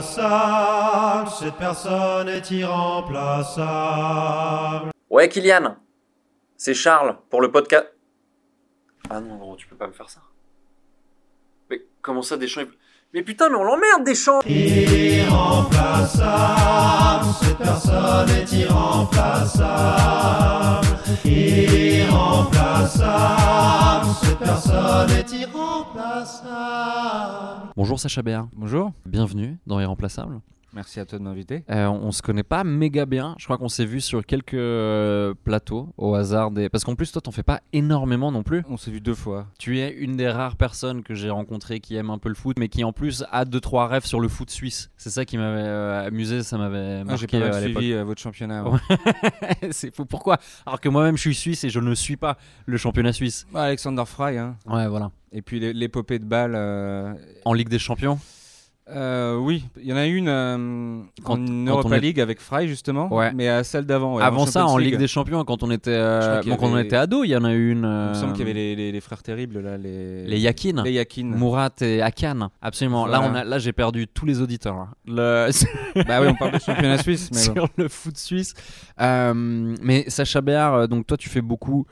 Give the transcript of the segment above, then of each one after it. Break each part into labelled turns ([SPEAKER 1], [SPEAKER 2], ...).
[SPEAKER 1] Irremplaçable, cette personne est irremplaçable.
[SPEAKER 2] Ouais, Kylian C'est Charles, pour le podcast. Ah non, gros, tu peux pas me faire ça. Mais comment ça, Deschamps il- Mais putain, mais on l'emmerde, Deschamps
[SPEAKER 1] Irremplaçable, cette personne est irremplaçable. Irremplaçable, cette personne est irremplaçable.
[SPEAKER 3] Bonjour Sacha Béat,
[SPEAKER 4] Bonjour,
[SPEAKER 3] bienvenue dans Irremplaçable.
[SPEAKER 4] merci à toi de m'inviter.
[SPEAKER 3] Euh, on, on se connaît pas méga bien, je crois qu'on s'est vu sur quelques euh, plateaux au hasard des... Parce qu'en plus toi t'en fais pas énormément non plus.
[SPEAKER 4] On s'est vu deux fois.
[SPEAKER 3] Tu es une des rares personnes que j'ai rencontrées qui aime un peu le foot, mais qui en plus a deux trois rêves sur le foot suisse. C'est ça qui m'avait euh, amusé, ça m'avait
[SPEAKER 4] Ah, J'ai
[SPEAKER 3] marqué
[SPEAKER 4] pas mal
[SPEAKER 3] euh, à l'époque.
[SPEAKER 4] suivi euh, votre championnat.
[SPEAKER 3] Ouais. C'est fou, pourquoi Alors que moi-même je suis suisse et je ne suis pas le championnat suisse.
[SPEAKER 4] Ah, Alexander Fry, hein.
[SPEAKER 3] Ouais voilà.
[SPEAKER 4] et puis l'é- l'épopée de balle. euh,
[SPEAKER 3] En Ligue des Champions
[SPEAKER 4] euh, oui, il y en a une euh,
[SPEAKER 3] Quand-
[SPEAKER 4] en
[SPEAKER 3] quand on
[SPEAKER 4] Europa
[SPEAKER 3] est-
[SPEAKER 4] League avec Fry, justement,
[SPEAKER 3] Ouais.
[SPEAKER 4] mais à celle d'avant. ouais,
[SPEAKER 3] Avant ça,
[SPEAKER 4] Champions
[SPEAKER 3] en Ligue des Champions, quand on était,
[SPEAKER 4] Je
[SPEAKER 3] euh,
[SPEAKER 4] crois qu'il y
[SPEAKER 3] bon, quand on
[SPEAKER 4] avait-
[SPEAKER 3] était ado, il y en a eu une.
[SPEAKER 4] Il me semble
[SPEAKER 3] euh,
[SPEAKER 4] qu'il y avait les, les- les frères terribles, là, les,
[SPEAKER 3] les Yakin.
[SPEAKER 4] les Yakin.
[SPEAKER 3] Mourat et Akan, absolument. Là,
[SPEAKER 4] Voilà.
[SPEAKER 3] on a, là, j'ai perdu tous les auditeurs. là. Le-
[SPEAKER 4] bah oui, on parle de championnat suisse, mais bon.
[SPEAKER 3] sur le foot suisse. Euh, mais Sacha Béard, euh, donc toi, tu fais beaucoup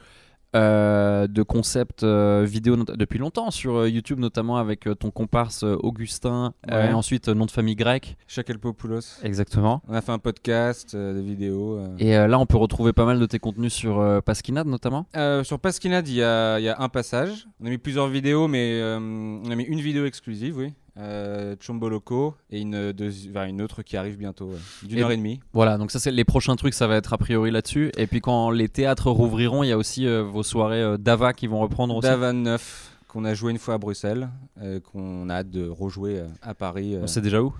[SPEAKER 3] euh, de concepts euh, vidéo not- depuis longtemps sur euh, YouTube, notamment avec euh, ton comparse euh, Augustin, euh,
[SPEAKER 4] Ouais.
[SPEAKER 3] et ensuite euh, nom de famille grec.
[SPEAKER 4] Chakel Popoulos.
[SPEAKER 3] Exactement.
[SPEAKER 4] On a fait un podcast, euh, des vidéos. euh.
[SPEAKER 3] Et euh, là, on peut retrouver pas mal de tes contenus sur euh, Pasquinade, notamment.
[SPEAKER 4] Euh, sur Pasquinade, il y, a il y a un passage. On a mis plusieurs vidéos, mais euh, on a mis une vidéo exclusive, oui. Euh, Chombo Loco et une, deuxi- enfin, une autre qui arrive bientôt, ouais. d'une
[SPEAKER 3] Et-
[SPEAKER 4] heure et demie.
[SPEAKER 3] Voilà, donc ça, c'est les prochains trucs, ça va être a priori là-dessus. Et puis quand les théâtres rouvriront, il y a aussi euh, vos soirées euh, d'Ava qui vont reprendre aussi.
[SPEAKER 4] Davan 9, qu'on a joué une fois à Bruxelles, euh, qu'on a hâte de rejouer euh, à Paris. euh.
[SPEAKER 3] On sait déjà où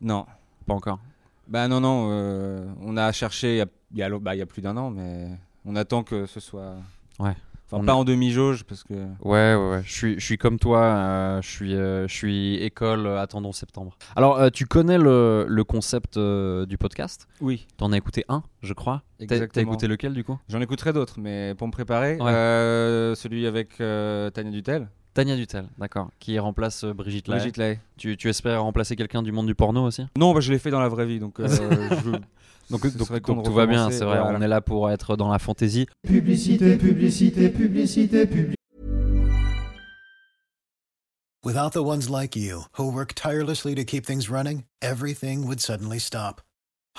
[SPEAKER 4] Non,
[SPEAKER 3] Pas encore.
[SPEAKER 4] bah non, non, euh, on a cherché il y a, il y a lo- bah, il y a plus d'un an, mais on attend que ce soit.
[SPEAKER 3] Ouais.
[SPEAKER 4] Enfin,
[SPEAKER 3] On
[SPEAKER 4] pas
[SPEAKER 3] a-
[SPEAKER 4] en demi-jauge, parce que.
[SPEAKER 3] Ouais, ouais, ouais. Je suis, je suis comme toi. euh, je, suis, euh, je suis école, euh, attendons septembre. Alors, euh, tu connais le, le concept euh, du podcast
[SPEAKER 4] Oui,
[SPEAKER 3] T'en as écouté un, je crois. T'as- T'as
[SPEAKER 4] exactement.
[SPEAKER 3] écouté lequel du coup
[SPEAKER 4] J'en écouterai d'autres, mais pour me préparer,
[SPEAKER 3] Ouais.
[SPEAKER 4] euh, celui avec euh, Tania Dutel.
[SPEAKER 3] Tania Dutel, d'accord, qui remplace euh, Brigitte Lahaye.
[SPEAKER 4] Brigitte Lahaye.
[SPEAKER 3] Tu, tu espères remplacer quelqu'un du monde du porno aussi
[SPEAKER 4] Non, bah, je l'ai fait dans la vraie vie, donc euh, je-
[SPEAKER 3] Donc, euh,
[SPEAKER 4] ce
[SPEAKER 3] donc-
[SPEAKER 4] serait con
[SPEAKER 3] donc
[SPEAKER 4] de
[SPEAKER 3] tout va bien,
[SPEAKER 4] recommencer,
[SPEAKER 3] c'est vrai.
[SPEAKER 4] voilà.
[SPEAKER 3] On est là pour être dans la fantaisie.
[SPEAKER 1] Publicité, publicité, publicité, publicité.
[SPEAKER 5] Without the ones like you, who work tirelessly to keep things running, everything would suddenly stop.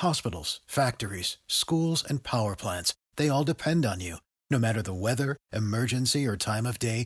[SPEAKER 5] Hospitals, factories, schools, and power plants, they all depend on you. No matter the weather, emergency, or time of day,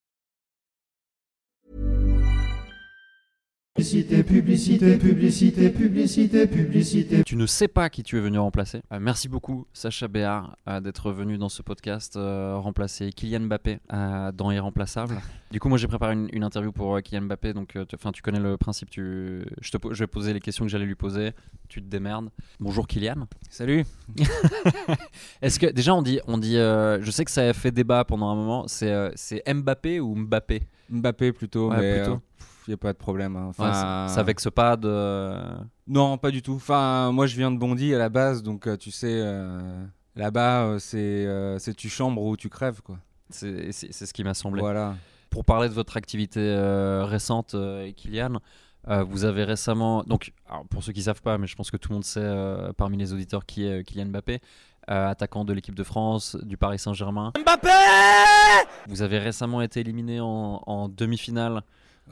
[SPEAKER 1] Publicité, publicité, publicité, publicité, publicité.
[SPEAKER 3] Tu ne sais pas qui tu es venu remplacer. Euh, merci beaucoup, Sacha Béard, euh, d'être venu dans ce podcast euh, remplacer Kylian Mbappé euh, dans Irremplaçable. Du coup, moi, j'ai préparé une, une interview pour euh, Kylian Mbappé. Donc, euh, tu, 'fin, tu connais le principe. Tu, je, te, po- je vais poser les questions que j'allais lui poser. Tu te démerdes. Bonjour, Kylian.
[SPEAKER 4] Salut.
[SPEAKER 3] Est-ce que déjà on dit, on dit, euh, je sais que ça a fait débat pendant un moment. C'est euh, c'est Mbappé ou Mbappé
[SPEAKER 4] Mbappé plutôt,
[SPEAKER 3] Ouais,
[SPEAKER 4] mais
[SPEAKER 3] plutôt.
[SPEAKER 4] il n'y a pas de problème. hein.
[SPEAKER 3] Ouais,
[SPEAKER 4] Enfin,
[SPEAKER 3] Ça vexe pas de.
[SPEAKER 4] Non, pas du tout. Enfin, moi je viens de Bondy à la base, donc euh, tu sais, euh, là-bas euh, c'est euh, c'est tu chambres ou tu crèves quoi.
[SPEAKER 3] C'est c'est- c'est ce qui m'a semblé.
[SPEAKER 4] Voilà.
[SPEAKER 3] pour parler de votre activité euh, récente, euh, Kylian, euh, vous avez récemment, donc alors, pour ceux qui savent pas, mais je pense que tout le monde sait euh, parmi les auditeurs qui est euh, Kylian Mbappé, euh, attaquant de l'équipe de France, du Paris Saint-Germain. Mbappé Vous avez récemment été éliminé en, en demi-finale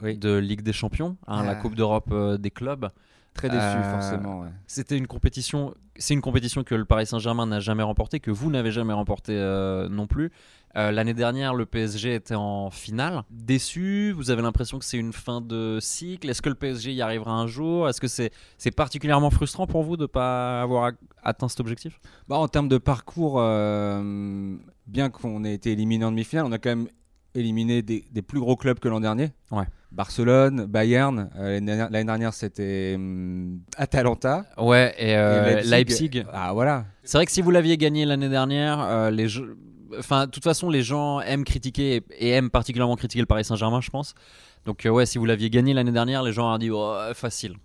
[SPEAKER 4] Oui.
[SPEAKER 3] de Ligue des Champions, hein, la
[SPEAKER 4] Ah.
[SPEAKER 3] Coupe d'Europe euh, des clubs.
[SPEAKER 4] Très déçu
[SPEAKER 3] Euh,
[SPEAKER 4] forcément. ouais.
[SPEAKER 3] C'était une compétition, c'est une compétition que le Paris Saint-Germain n'a jamais remportée, que vous n'avez jamais remportée euh, non plus. Euh, L'année dernière, le PSG était en finale. Déçu, vous avez l'impression que c'est une fin de cycle. Est-ce que le PSG y arrivera un jour Est-ce que c'est c'est particulièrement frustrant pour vous de ne pas avoir a- atteint cet objectif
[SPEAKER 4] Bah, en termes de parcours, euh, bien qu'on ait été éliminé en demi-finale, on a quand même éliminé des, des plus gros clubs que l'an dernier.
[SPEAKER 3] Ouais.
[SPEAKER 4] Barcelone, Bayern. euh, l'année dernière- L'année dernière c'était hum, Atalanta.
[SPEAKER 3] Ouais, et,
[SPEAKER 4] euh,
[SPEAKER 3] Leipzig.
[SPEAKER 4] Ah voilà.
[SPEAKER 3] C'est vrai que si vous l'aviez gagné l'année dernière, euh, les jeux- Enfin, de toute façon, les gens aiment critiquer et, et aiment particulièrement critiquer le Paris Saint-Germain, je pense. Donc, euh, ouais, si vous l'aviez gagné l'année dernière, les gens auraient dit oh, facile.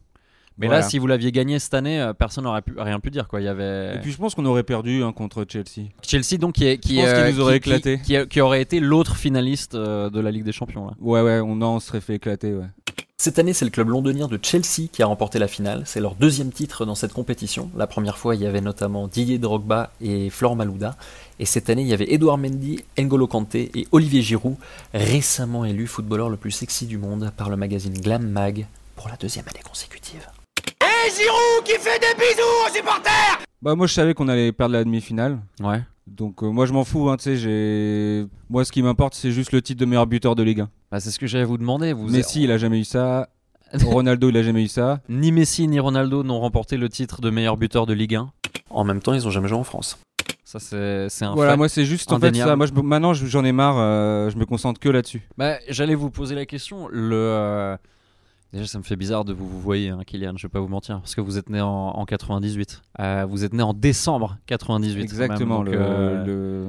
[SPEAKER 3] Mais
[SPEAKER 4] Voilà.
[SPEAKER 3] là, si vous l'aviez gagné cette année, euh, personne n'aurait pu, rien pu dire. Quoi. Il y avait...
[SPEAKER 4] Et puis je pense qu'on aurait perdu hein, contre Chelsea.
[SPEAKER 3] Chelsea, donc, qui, est- qui,
[SPEAKER 4] Je pense
[SPEAKER 3] euh,
[SPEAKER 4] qu'ils nous auraient
[SPEAKER 3] qui-
[SPEAKER 4] éclatés.
[SPEAKER 3] Qui, qui- qui aurait été l'autre finaliste euh, de la Ligue des Champions. Là.
[SPEAKER 4] Ouais, ouais, on, non, on se serait fait éclater, ouais.
[SPEAKER 6] Cette année, c'est le club londonien de Chelsea qui a remporté la finale. C'est leur deuxième titre dans cette compétition. La première fois, il y avait notamment Didier Drogba et Flor Malouda. Et cette année, il y avait Edouard Mendy, N'Golo Kanté et Olivier Giroud, récemment élu footballeur le plus sexy du monde par le magazine Glam Mag pour la deuxième année consécutive.
[SPEAKER 4] Bah moi je savais qu'on allait perdre la demi-finale.
[SPEAKER 3] Ouais.
[SPEAKER 4] Donc euh, moi je m'en fous, hein, tu sais, j'ai... Moi ce qui m'importe c'est juste le titre de meilleur buteur de Ligue 1.
[SPEAKER 3] Bah, c'est ce que j'allais vous demander. Vous
[SPEAKER 4] Messi il a jamais eu ça, Ronaldo il a jamais eu ça.
[SPEAKER 3] Ni Messi ni Ronaldo n'ont remporté le titre de meilleur buteur de Ligue 1.
[SPEAKER 6] En même temps, ils ont jamais joué en France.
[SPEAKER 3] Ça, c'est c'est un
[SPEAKER 4] voilà,
[SPEAKER 3] fait.
[SPEAKER 4] moi c'est juste en fait
[SPEAKER 3] indéniable.
[SPEAKER 4] ça. Moi je- maintenant je- j'en ai marre, euh, je me concentre que là-dessus.
[SPEAKER 3] Bah, J'allais vous poser la question. Le, euh, Déjà, ça me fait bizarre de vous, vous voyez, hein, Kylian, je vais pas vous mentir, parce que vous êtes né en, en 98. Euh, vous êtes né en décembre 98. quand même,
[SPEAKER 4] Exactement,
[SPEAKER 3] donc,
[SPEAKER 4] le,
[SPEAKER 3] euh,
[SPEAKER 4] le-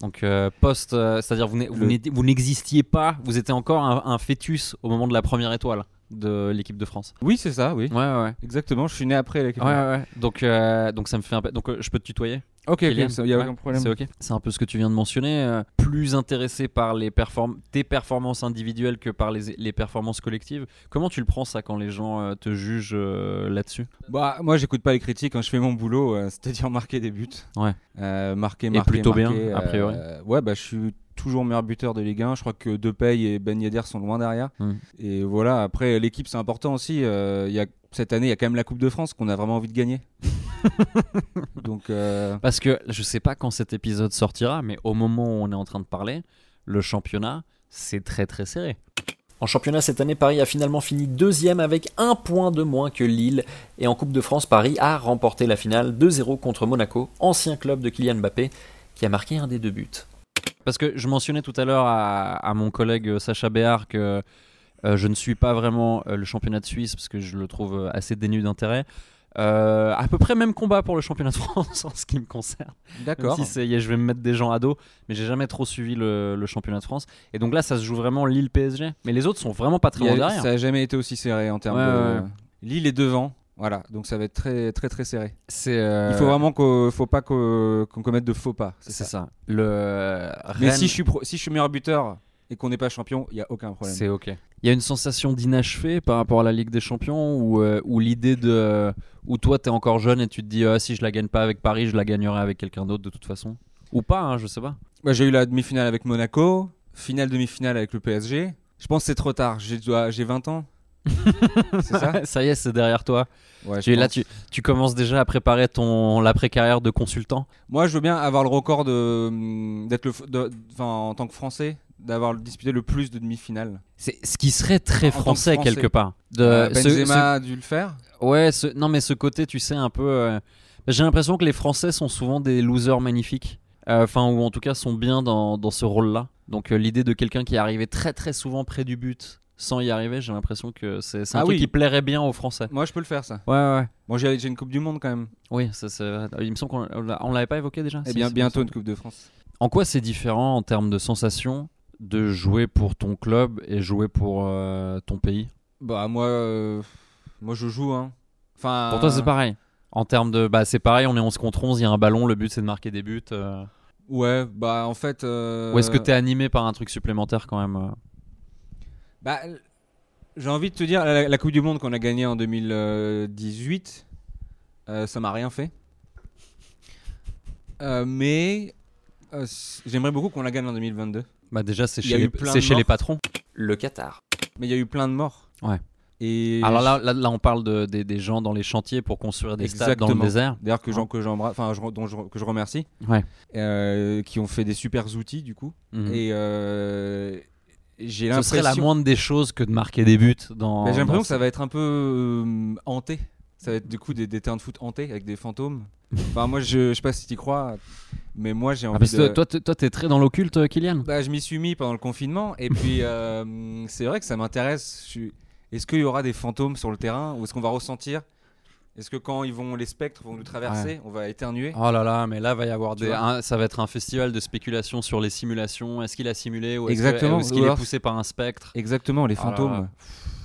[SPEAKER 3] donc, euh, post, euh, c'est-à-dire vous n'é- vous
[SPEAKER 4] Le-
[SPEAKER 3] n'étiez- vous n'existiez pas, vous étiez encore un, un fœtus au moment de la première étoile de l'équipe de France.
[SPEAKER 4] Oui c'est ça, oui.
[SPEAKER 3] Ouais, ouais,
[SPEAKER 4] Exactement, je suis né après l'équipe.
[SPEAKER 3] ouais. Donc, euh, donc ça me fait un peu. Donc, euh, je peux te tutoyer
[SPEAKER 4] Ok, ok,
[SPEAKER 3] Kylian.
[SPEAKER 4] ça- y a
[SPEAKER 3] Ouais,
[SPEAKER 4] aucun problème.
[SPEAKER 3] C'est ok. C'est un peu ce que tu viens de mentionner. euh, plus intéressé par les perform- tes performances individuelles que par les, les performances collectives. Comment tu le prends ça quand les gens euh, te jugent euh, là-dessus
[SPEAKER 4] Bah, moi, j'écoute pas les critiques quand je fais mon boulot, euh, c'est-à-dire marquer des buts.
[SPEAKER 3] Ouais.
[SPEAKER 4] Euh, marquer, marquer,
[SPEAKER 3] plutôt bien,
[SPEAKER 4] marquer,
[SPEAKER 3] a priori.
[SPEAKER 4] euh, ouais, bah, je suis toujours meilleur buteur de Ligue 1. Je crois que Depay et Ben Yedder sont loin derrière.
[SPEAKER 3] Mm.
[SPEAKER 4] Et voilà, après, l'équipe, c'est important aussi. Euh, il y a, cette année, il y a quand même la Coupe de France qu'on a vraiment envie de gagner. Donc, euh,
[SPEAKER 3] Parce que je sais pas quand cet épisode sortira, mais au moment où on est en train de parler, le championnat c'est très très serré.
[SPEAKER 6] En championnat cette année, Paris a finalement fini deuxième avec un point de moins que Lille. Et en Coupe de France, Paris a remporté la finale 2-0 contre Monaco, ancien club de Kylian Mbappé, qui a marqué un des deux buts.
[SPEAKER 3] Parce que je mentionnais tout à l'heure à, à mon collègue euh, Sacha Béard que euh, je ne suis pas vraiment euh, le championnat de Suisse parce que je le trouve euh, assez dénu d'intérêt. Euh, à peu près même combat pour le championnat de France en ce qui me concerne. Même
[SPEAKER 4] d'accord.
[SPEAKER 3] si c'est- y a- je vais me mettre des gens à dos, mais j'ai jamais trop suivi le, le championnat de France. Et donc là, ça se joue vraiment Lille PSG. Mais les autres sont vraiment pas très
[SPEAKER 4] Il y
[SPEAKER 3] loin
[SPEAKER 4] a-
[SPEAKER 3] derrière.
[SPEAKER 4] ça a jamais été aussi serré en termes
[SPEAKER 3] Ouais,
[SPEAKER 4] de.
[SPEAKER 3] ouais, ouais.
[SPEAKER 4] Lille est devant. Voilà, donc ça va être très très très serré.
[SPEAKER 3] C'est euh,
[SPEAKER 4] Il faut vraiment qu'on faut pas qu'au- qu'on commette de faux pas.
[SPEAKER 3] c'est ça. Euh, Le
[SPEAKER 4] Mais
[SPEAKER 3] Rennes-
[SPEAKER 4] si je suis pro- si je suis meilleur buteur et qu'on n'est pas champion, il y a aucun problème.
[SPEAKER 3] C'est ok. Il y a une sensation d'inachevé par rapport à la Ligue des Champions où, euh, où l'idée de. où toi t'es encore jeune et tu te dis Ah, si je la gagne pas avec Paris, je la gagnerai avec quelqu'un d'autre de toute façon. Ou pas, hein, je sais pas.
[SPEAKER 4] Bah, j'ai eu la demi-finale avec Monaco, finale demi-finale avec le PSG. Je pense que c'est trop tard. J'ai dois- j'ai 20 ans. c'est ça
[SPEAKER 3] ça y est, c'est derrière toi.
[SPEAKER 4] Ouais,
[SPEAKER 3] Tu,
[SPEAKER 4] je
[SPEAKER 3] là,
[SPEAKER 4] pense.
[SPEAKER 3] tu, tu commences déjà à préparer ton l'après-carrière de consultant.
[SPEAKER 4] Moi, je veux bien avoir le record de hum, d'être le f- de- enfin, en tant que Français d'avoir disputé le plus de demi-finales.
[SPEAKER 3] C'est ce qui serait très
[SPEAKER 4] En tant que
[SPEAKER 3] français,
[SPEAKER 4] Français.
[SPEAKER 3] quelque part. De,
[SPEAKER 4] Euh,
[SPEAKER 3] ce-
[SPEAKER 4] Benzema a dû le faire.
[SPEAKER 3] ce- ouais, ce- non mais ce côté, tu sais, un peu. euh, J'ai l'impression que les Français sont souvent des losers magnifiques. Euh, Enfin, ou en tout cas sont bien dans, dans ce rôle-là. Donc euh, l'idée de quelqu'un qui est arrivé très très souvent près du but sans y arriver, j'ai l'impression que c'est c'est un
[SPEAKER 4] Ah
[SPEAKER 3] truc
[SPEAKER 4] oui.
[SPEAKER 3] qui plairait bien aux Français.
[SPEAKER 4] Moi, je peux le faire ça.
[SPEAKER 3] Ouais, ouais.
[SPEAKER 4] Bon, j'ai j'ai une Coupe du Monde quand même.
[SPEAKER 3] Oui, ça, c'est vrai. il me semble qu'on on l'a- on l'avait pas évoqué déjà. Si,
[SPEAKER 4] Et Eh bien
[SPEAKER 3] si.
[SPEAKER 4] bientôt une Coupe de France.
[SPEAKER 3] En quoi c'est différent en termes de sensation de jouer pour ton club et jouer pour euh, ton pays
[SPEAKER 4] Bah moi, euh, moi je joue hein. Enfin.
[SPEAKER 3] Pour toi, c'est pareil. En termes de. Bah, c'est pareil, on est 11 contre 11, il y a un ballon, le but c'est de marquer des buts. euh.
[SPEAKER 4] Ouais, bah en fait. euh,
[SPEAKER 3] Ou est-ce que t'es animé par un truc supplémentaire quand même euh
[SPEAKER 4] Bah, l- j'ai envie de te dire, la, la Coupe du Monde qu'on a gagnée en 2018, euh, ça m'a rien fait. Euh, mais euh, c- j'aimerais beaucoup qu'on la gagne en 2022.
[SPEAKER 3] Bah, déjà, c'est
[SPEAKER 4] Il y a
[SPEAKER 3] chez,
[SPEAKER 4] eu
[SPEAKER 3] les...
[SPEAKER 4] plein de
[SPEAKER 3] c'est chez
[SPEAKER 4] morts.
[SPEAKER 3] les patrons.
[SPEAKER 6] Le Qatar.
[SPEAKER 4] Mais il y a eu plein de morts.
[SPEAKER 3] Ouais.
[SPEAKER 4] Et
[SPEAKER 3] Alors là, là, là, on parle de, des, des gens dans les chantiers pour construire des stades dans le
[SPEAKER 4] Exactement.
[SPEAKER 3] désert.
[SPEAKER 4] d'ailleurs que j'en- que j'embrasse, enfin je re- dont je re- que je remercie,
[SPEAKER 3] hein. Ouais.
[SPEAKER 4] euh, qui ont fait des super outils du coup.
[SPEAKER 3] Mhm.
[SPEAKER 4] Et euh, j'ai
[SPEAKER 3] Ce serait la
[SPEAKER 4] l'impression,
[SPEAKER 3] moindre des choses que de marquer des buts dans.
[SPEAKER 4] Bah, j'ai l'impression
[SPEAKER 3] dans
[SPEAKER 4] que ça va être un peu euh, hanté. Ça va être du coup des, des terrains de foot hantés avec des fantômes. enfin, moi, je, je sais pas si tu crois, mais moi, j'ai envie
[SPEAKER 3] Ah, parce
[SPEAKER 4] de.
[SPEAKER 3] que toi, t'es- toi, t'es très dans l'occulte, euh, Kylian
[SPEAKER 4] Bah, je m'y suis mis pendant le confinement, et puis euh, c'est vrai que ça m'intéresse. Je suis- Est-ce qu'il y aura des fantômes sur le terrain, ou est-ce qu'on va ressentir Est-ce que quand ils vont, les spectres vont nous traverser, on va éternuer
[SPEAKER 3] Oh là là, mais là va y avoir
[SPEAKER 4] Tu
[SPEAKER 3] des,
[SPEAKER 4] vois
[SPEAKER 3] un- ça va être un festival de spéculation sur les simulations. Est-ce qu'il a simulé ou est-ce que-
[SPEAKER 4] Exactement,
[SPEAKER 3] ou est-ce qu'il est
[SPEAKER 4] Dwarf.
[SPEAKER 3] poussé par un spectre
[SPEAKER 4] Exactement, les
[SPEAKER 3] Ah là
[SPEAKER 4] fantômes.
[SPEAKER 3] là.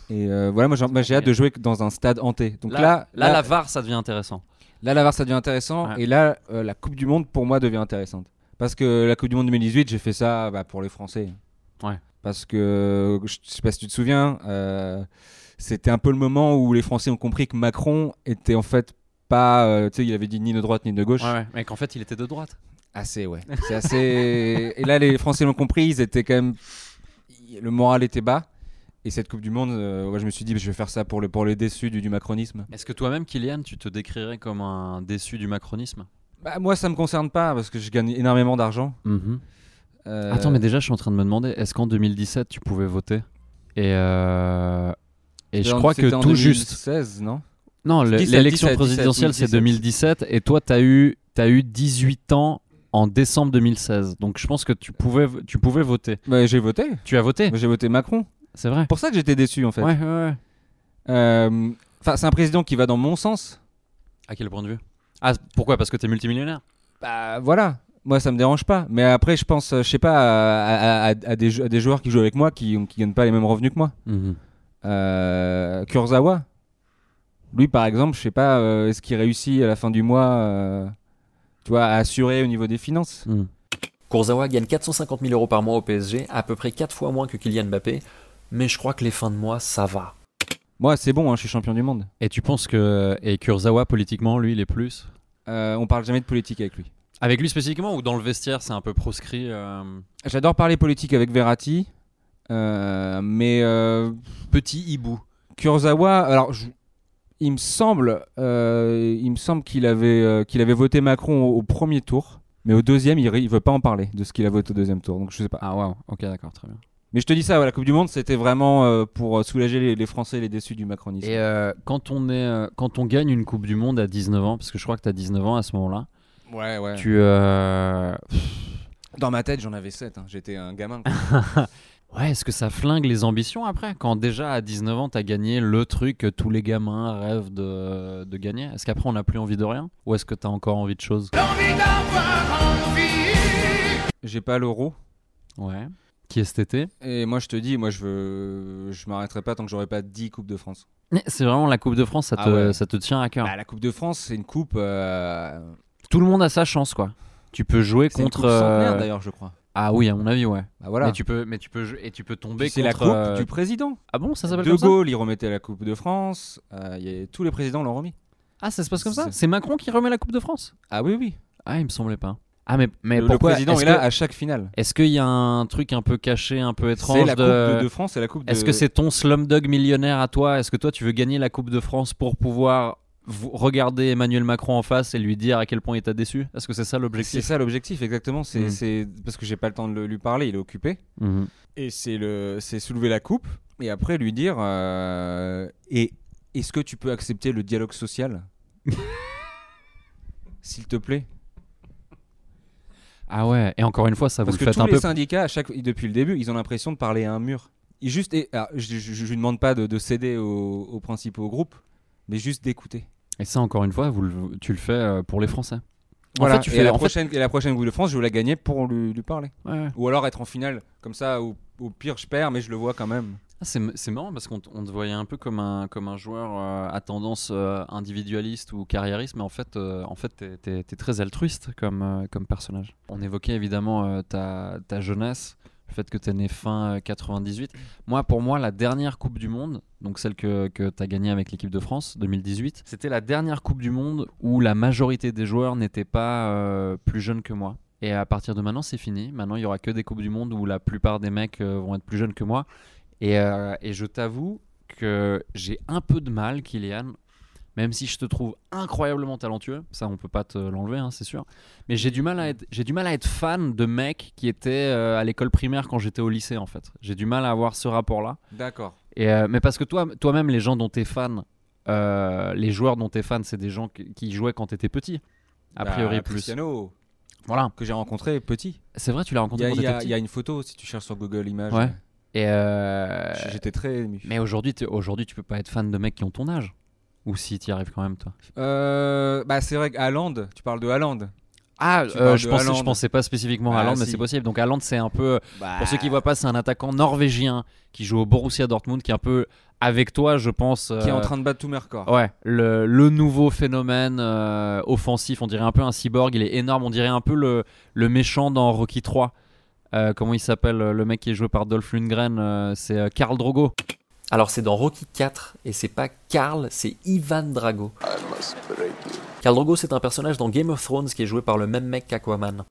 [SPEAKER 4] Et euh, voilà, moi j'ai- moi, j'ai hâte de jouer dans un stade hanté. Donc là,
[SPEAKER 3] là, là,
[SPEAKER 4] là-
[SPEAKER 3] la VAR, ça devient intéressant.
[SPEAKER 4] Là, la VAR, ça devient intéressant.
[SPEAKER 3] Ouais.
[SPEAKER 4] Et là, euh, la Coupe du Monde, pour moi, devient intéressante. Parce que la Coupe du Monde 2018, j'ai fait ça bah, pour les Français.
[SPEAKER 3] Ouais.
[SPEAKER 4] Parce que, je sais pas si tu te souviens, euh, c'était un peu le moment où les Français ont compris que Macron était en fait pas. euh, tu sais, il avait dit ni de droite ni de gauche.
[SPEAKER 3] Ouais, ouais. Mais qu'en fait, il était de droite.
[SPEAKER 4] Assez, ouais. C'est assez. et là, les Français l'ont compris, ils étaient quand même. Le moral était bas. Et cette Coupe du Monde, euh, ouais, je me suis dit, je vais faire ça pour, le, pour les déçus du, du macronisme.
[SPEAKER 3] Est-ce que toi-même, Kylian, tu te décrirais comme un déçu du macronisme
[SPEAKER 4] Bah, moi, ça me concerne pas parce que je gagne énormément d'argent. Euh,
[SPEAKER 3] Attends, mais déjà, je suis en train de me demander, est-ce qu'en 2017, tu pouvais voter Et, euh, et je
[SPEAKER 4] en-
[SPEAKER 3] crois que
[SPEAKER 4] c'était en
[SPEAKER 3] tout juste.
[SPEAKER 4] 2016, non
[SPEAKER 3] Non, le-
[SPEAKER 4] 17,
[SPEAKER 3] l'élection
[SPEAKER 4] 17,
[SPEAKER 3] présidentielle, c'est
[SPEAKER 4] 17.
[SPEAKER 3] 2017, et toi, tu as eu, t'as eu 18 ans en décembre 2016. Donc, je pense que tu pouvais, tu pouvais voter.
[SPEAKER 4] Bah, j'ai voté.
[SPEAKER 3] Tu as voté,
[SPEAKER 4] J'ai voté Macron.
[SPEAKER 3] c'est vrai.
[SPEAKER 4] Pour ça que j'étais déçu en fait.
[SPEAKER 3] Ouais, ouais, ouais.
[SPEAKER 4] Euh, Enfin, c'est un président qui va dans mon sens.
[SPEAKER 3] À quel point de vue Ah, pourquoi Parce que t'es multimillionnaire
[SPEAKER 4] Bah voilà. Moi, ça me dérange pas. Mais après, je pense, euh, je sais pas, à, à- à- à des, jou- à des joueurs qui jouent avec moi qui, qui gagnent pas les mêmes revenus que moi.
[SPEAKER 3] Mhm.
[SPEAKER 4] Euh, Kurzawa. Lui, par exemple, je sais pas, euh, est-ce qu'il réussit à la fin du mois, euh, tu vois, à assurer au niveau des finances
[SPEAKER 6] Kurzawa gagne 450 000 euros par mois au PSG, à peu près 4 fois moins que Kylian Mbappé, mais je crois que les fins de mois, ça va.
[SPEAKER 4] Moi, c'est bon, hein, je suis champion du monde.
[SPEAKER 3] Et tu penses que. Et Kurzawa, politiquement, lui, il est plus
[SPEAKER 4] Euh, on parle jamais de politique avec lui.
[SPEAKER 3] Avec lui spécifiquement ou dans le vestiaire, c'est un peu proscrit euh,
[SPEAKER 4] J'adore parler politique avec Verratti, euh, mais euh,
[SPEAKER 3] Petit hibou.
[SPEAKER 4] Kurzawa, alors je- il me semble, euh, il me semble qu'il avait, euh, qu'il avait voté Macron au, au premier tour, mais au deuxième, il, ri- il veut pas en parler de ce qu'il a voté au deuxième tour, donc je sais pas.
[SPEAKER 3] Ah, waouh, ok, d'accord, très bien.
[SPEAKER 4] Mais je te dis ça, ouais, la Coupe du Monde, c'était vraiment euh, pour soulager les, les Français, les déçus du macronisme.
[SPEAKER 3] Et euh, quand, on est, euh, quand on gagne une Coupe du Monde à 19 ans, parce que je crois que t'as 19 ans à ce moment-là,
[SPEAKER 4] ouais, ouais.
[SPEAKER 3] tu. euh,
[SPEAKER 4] Dans ma tête, j'en avais 7, j'étais un gamin. quoi.
[SPEAKER 3] Ouais, est-ce que ça flingue les ambitions après Quand déjà à 19 ans, t'as gagné le truc que tous les gamins rêvent de, de gagner Est-ce qu'après, on n'a plus envie de rien Ou est-ce que t'as encore envie de choses
[SPEAKER 4] J'ai pas l'euro.
[SPEAKER 3] Ouais. Qui est cet été
[SPEAKER 4] Et moi, je te dis, moi, je veux, je m'arrêterai pas tant que j'aurai pas 10 Coupes de France.
[SPEAKER 3] Mais C'est vraiment la Coupe de France, ça te,
[SPEAKER 4] Ah ouais.
[SPEAKER 3] ça te tient à cœur.
[SPEAKER 4] Bah, la Coupe de France, c'est une coupe. euh,
[SPEAKER 3] Tout le monde a sa chance, quoi. Tu peux jouer
[SPEAKER 4] C'est une
[SPEAKER 3] contre.
[SPEAKER 4] coupe centenaire,
[SPEAKER 3] euh,
[SPEAKER 4] d'ailleurs, je crois.
[SPEAKER 3] Ah oui, à mon avis, ouais.
[SPEAKER 4] Bah voilà.
[SPEAKER 3] Mais tu peux, mais tu peux, jou- et tu peux tomber
[SPEAKER 4] Puis c'est
[SPEAKER 3] contre.
[SPEAKER 4] la coupe
[SPEAKER 3] euh,
[SPEAKER 4] du président.
[SPEAKER 3] Ah bon, ça s'appelle
[SPEAKER 4] De
[SPEAKER 3] comme ça
[SPEAKER 4] Gaulle, il remettait la Coupe de France. euh, il y a- Tous les présidents l'ont remis.
[SPEAKER 3] Ah, ça se passe comme ça
[SPEAKER 4] C'est-
[SPEAKER 3] C'est Macron qui remet la Coupe de France
[SPEAKER 4] Ah oui, oui.
[SPEAKER 3] Ah, il me semblait pas. Ah, mais, mais
[SPEAKER 4] le, le
[SPEAKER 3] pourquoi
[SPEAKER 4] président
[SPEAKER 3] est-ce
[SPEAKER 4] est là
[SPEAKER 3] que-
[SPEAKER 4] à chaque finale.
[SPEAKER 3] Est-ce qu'il y a un truc un peu caché, un peu étrange
[SPEAKER 4] C'est la Coupe
[SPEAKER 3] de-
[SPEAKER 4] de, de France et la Coupe de.
[SPEAKER 3] Est-ce que c'est ton slumdog millionnaire à toi Est-ce que toi, tu veux gagner la Coupe de France pour pouvoir vo- regarder Emmanuel Macron en face et lui dire à quel point il t'a déçu Est-ce que c'est ça
[SPEAKER 4] C'est
[SPEAKER 3] l'objectif
[SPEAKER 4] ça l'objectif, exactement. C'est
[SPEAKER 3] Mm.
[SPEAKER 4] c'est- parce que j'ai pas le temps de le- lui parler, il est occupé.
[SPEAKER 3] Mhm.
[SPEAKER 4] Et c'est le, c'est soulever la coupe et après lui dire. euh, et est-ce que tu peux accepter le dialogue social, s'il te plaît
[SPEAKER 3] Ah ouais, et encore une fois, ça vous
[SPEAKER 4] Parce
[SPEAKER 3] le
[SPEAKER 4] que
[SPEAKER 3] faites
[SPEAKER 4] tous
[SPEAKER 3] un
[SPEAKER 4] les
[SPEAKER 3] peu.
[SPEAKER 4] syndicats, à chaque, depuis le début, ils ont l'impression de parler à un mur. Et juste, et, alors, je ne lui demande pas de, de céder aux, aux principaux groupes, mais juste d'écouter.
[SPEAKER 3] Et ça, encore une fois, vous le- tu le fais euh, pour les Français.
[SPEAKER 4] Voilà.
[SPEAKER 3] En fait, tu
[SPEAKER 4] et,
[SPEAKER 3] fais.
[SPEAKER 4] la
[SPEAKER 3] en fait-
[SPEAKER 4] prochaine, et la prochaine Coupe de France, je vais la gagner pour lui, lui parler.
[SPEAKER 3] Ouais, ouais.
[SPEAKER 4] Ou alors être en finale, comme ça, au, au pire, je perds, mais je le vois quand même.
[SPEAKER 3] Ah, c'est c'est marrant parce qu'on t- on te voyait un peu comme un, comme un joueur euh, à tendance euh, individualiste ou carriériste, mais en fait, euh, en fait t'es- t'es t'es très altruiste comme, euh, comme personnage. On évoquait évidemment euh, ta, ta jeunesse, le fait que t'es né fin euh, 98. Moi, pour moi, la dernière Coupe du Monde, donc celle que, que t'as gagnée avec l'équipe de France 2018, c'était la dernière Coupe du Monde où la majorité des joueurs n'étaient pas euh, plus jeunes que moi. Et à partir de maintenant, c'est fini. Maintenant, il y aura que des Coupes du Monde où la plupart des mecs euh, vont être plus jeunes que moi. Et, euh, et je t'avoue que j'ai un peu de mal, Kylian, même si je te trouve incroyablement talentueux, ça on peut pas te l'enlever, hein, c'est sûr. Mais j'ai du mal à être, j'ai du mal à être fan de mecs qui étaient euh, à l'école primaire quand j'étais au lycée en fait. J'ai du mal à avoir ce rapport-là.
[SPEAKER 4] D'accord.
[SPEAKER 3] Et euh, mais parce que toi, toi-même, les gens dont t'es fan, euh, les joueurs dont t'es fan, c'est des gens qui, qui jouaient quand t'étais petit.
[SPEAKER 4] Bah,
[SPEAKER 3] A priori plus.
[SPEAKER 4] Cristiano,
[SPEAKER 3] Voilà.
[SPEAKER 4] que j'ai rencontré petit.
[SPEAKER 3] C'est vrai, tu l'as
[SPEAKER 4] Il y,
[SPEAKER 3] rencontré
[SPEAKER 4] a-
[SPEAKER 3] quand
[SPEAKER 4] il y
[SPEAKER 3] t'étais
[SPEAKER 4] a- il y
[SPEAKER 3] petit.
[SPEAKER 4] a une photo, si tu cherches sur Google Images.
[SPEAKER 3] Ouais. Euh, Et euh,
[SPEAKER 4] J- J'étais très ému.
[SPEAKER 3] Mais aujourd'hui, t'es- aujourd'hui, tu peux pas être fan de mecs qui ont ton âge. Ou si tu y arrives quand même, toi
[SPEAKER 4] Euh, bah, c'est vrai que Haaland, tu parles de Haaland.
[SPEAKER 3] Ah,
[SPEAKER 4] Tu parles
[SPEAKER 3] je,
[SPEAKER 4] euh, de
[SPEAKER 3] pensais, je
[SPEAKER 4] Haaland.
[SPEAKER 3] pensais pas spécifiquement à
[SPEAKER 4] Ah,
[SPEAKER 3] Haaland, mais
[SPEAKER 4] si.
[SPEAKER 3] c'est possible. Donc Haaland, c'est un peu.
[SPEAKER 4] Bah,
[SPEAKER 3] Pour ceux qui voient pas, c'est un attaquant norvégien qui joue au Borussia Dortmund, qui est un peu avec toi, je pense.
[SPEAKER 4] Qui est en
[SPEAKER 3] euh,
[SPEAKER 4] train de battre tout Mercor.
[SPEAKER 3] Ouais, le, le nouveau phénomène euh, offensif, on dirait un peu un cyborg, il est énorme, on dirait un peu le, le méchant dans Rocky 3. comment il s'appelle euh, le mec qui est joué par Dolph Lundgren euh, C'est euh, Karl Drogo.
[SPEAKER 6] Alors c'est dans Rocky 4 et c'est pas Karl, c'est Ivan Drago. Karl Drogo c'est un personnage dans Game of Thrones qui est joué par le même mec qu'Aquaman.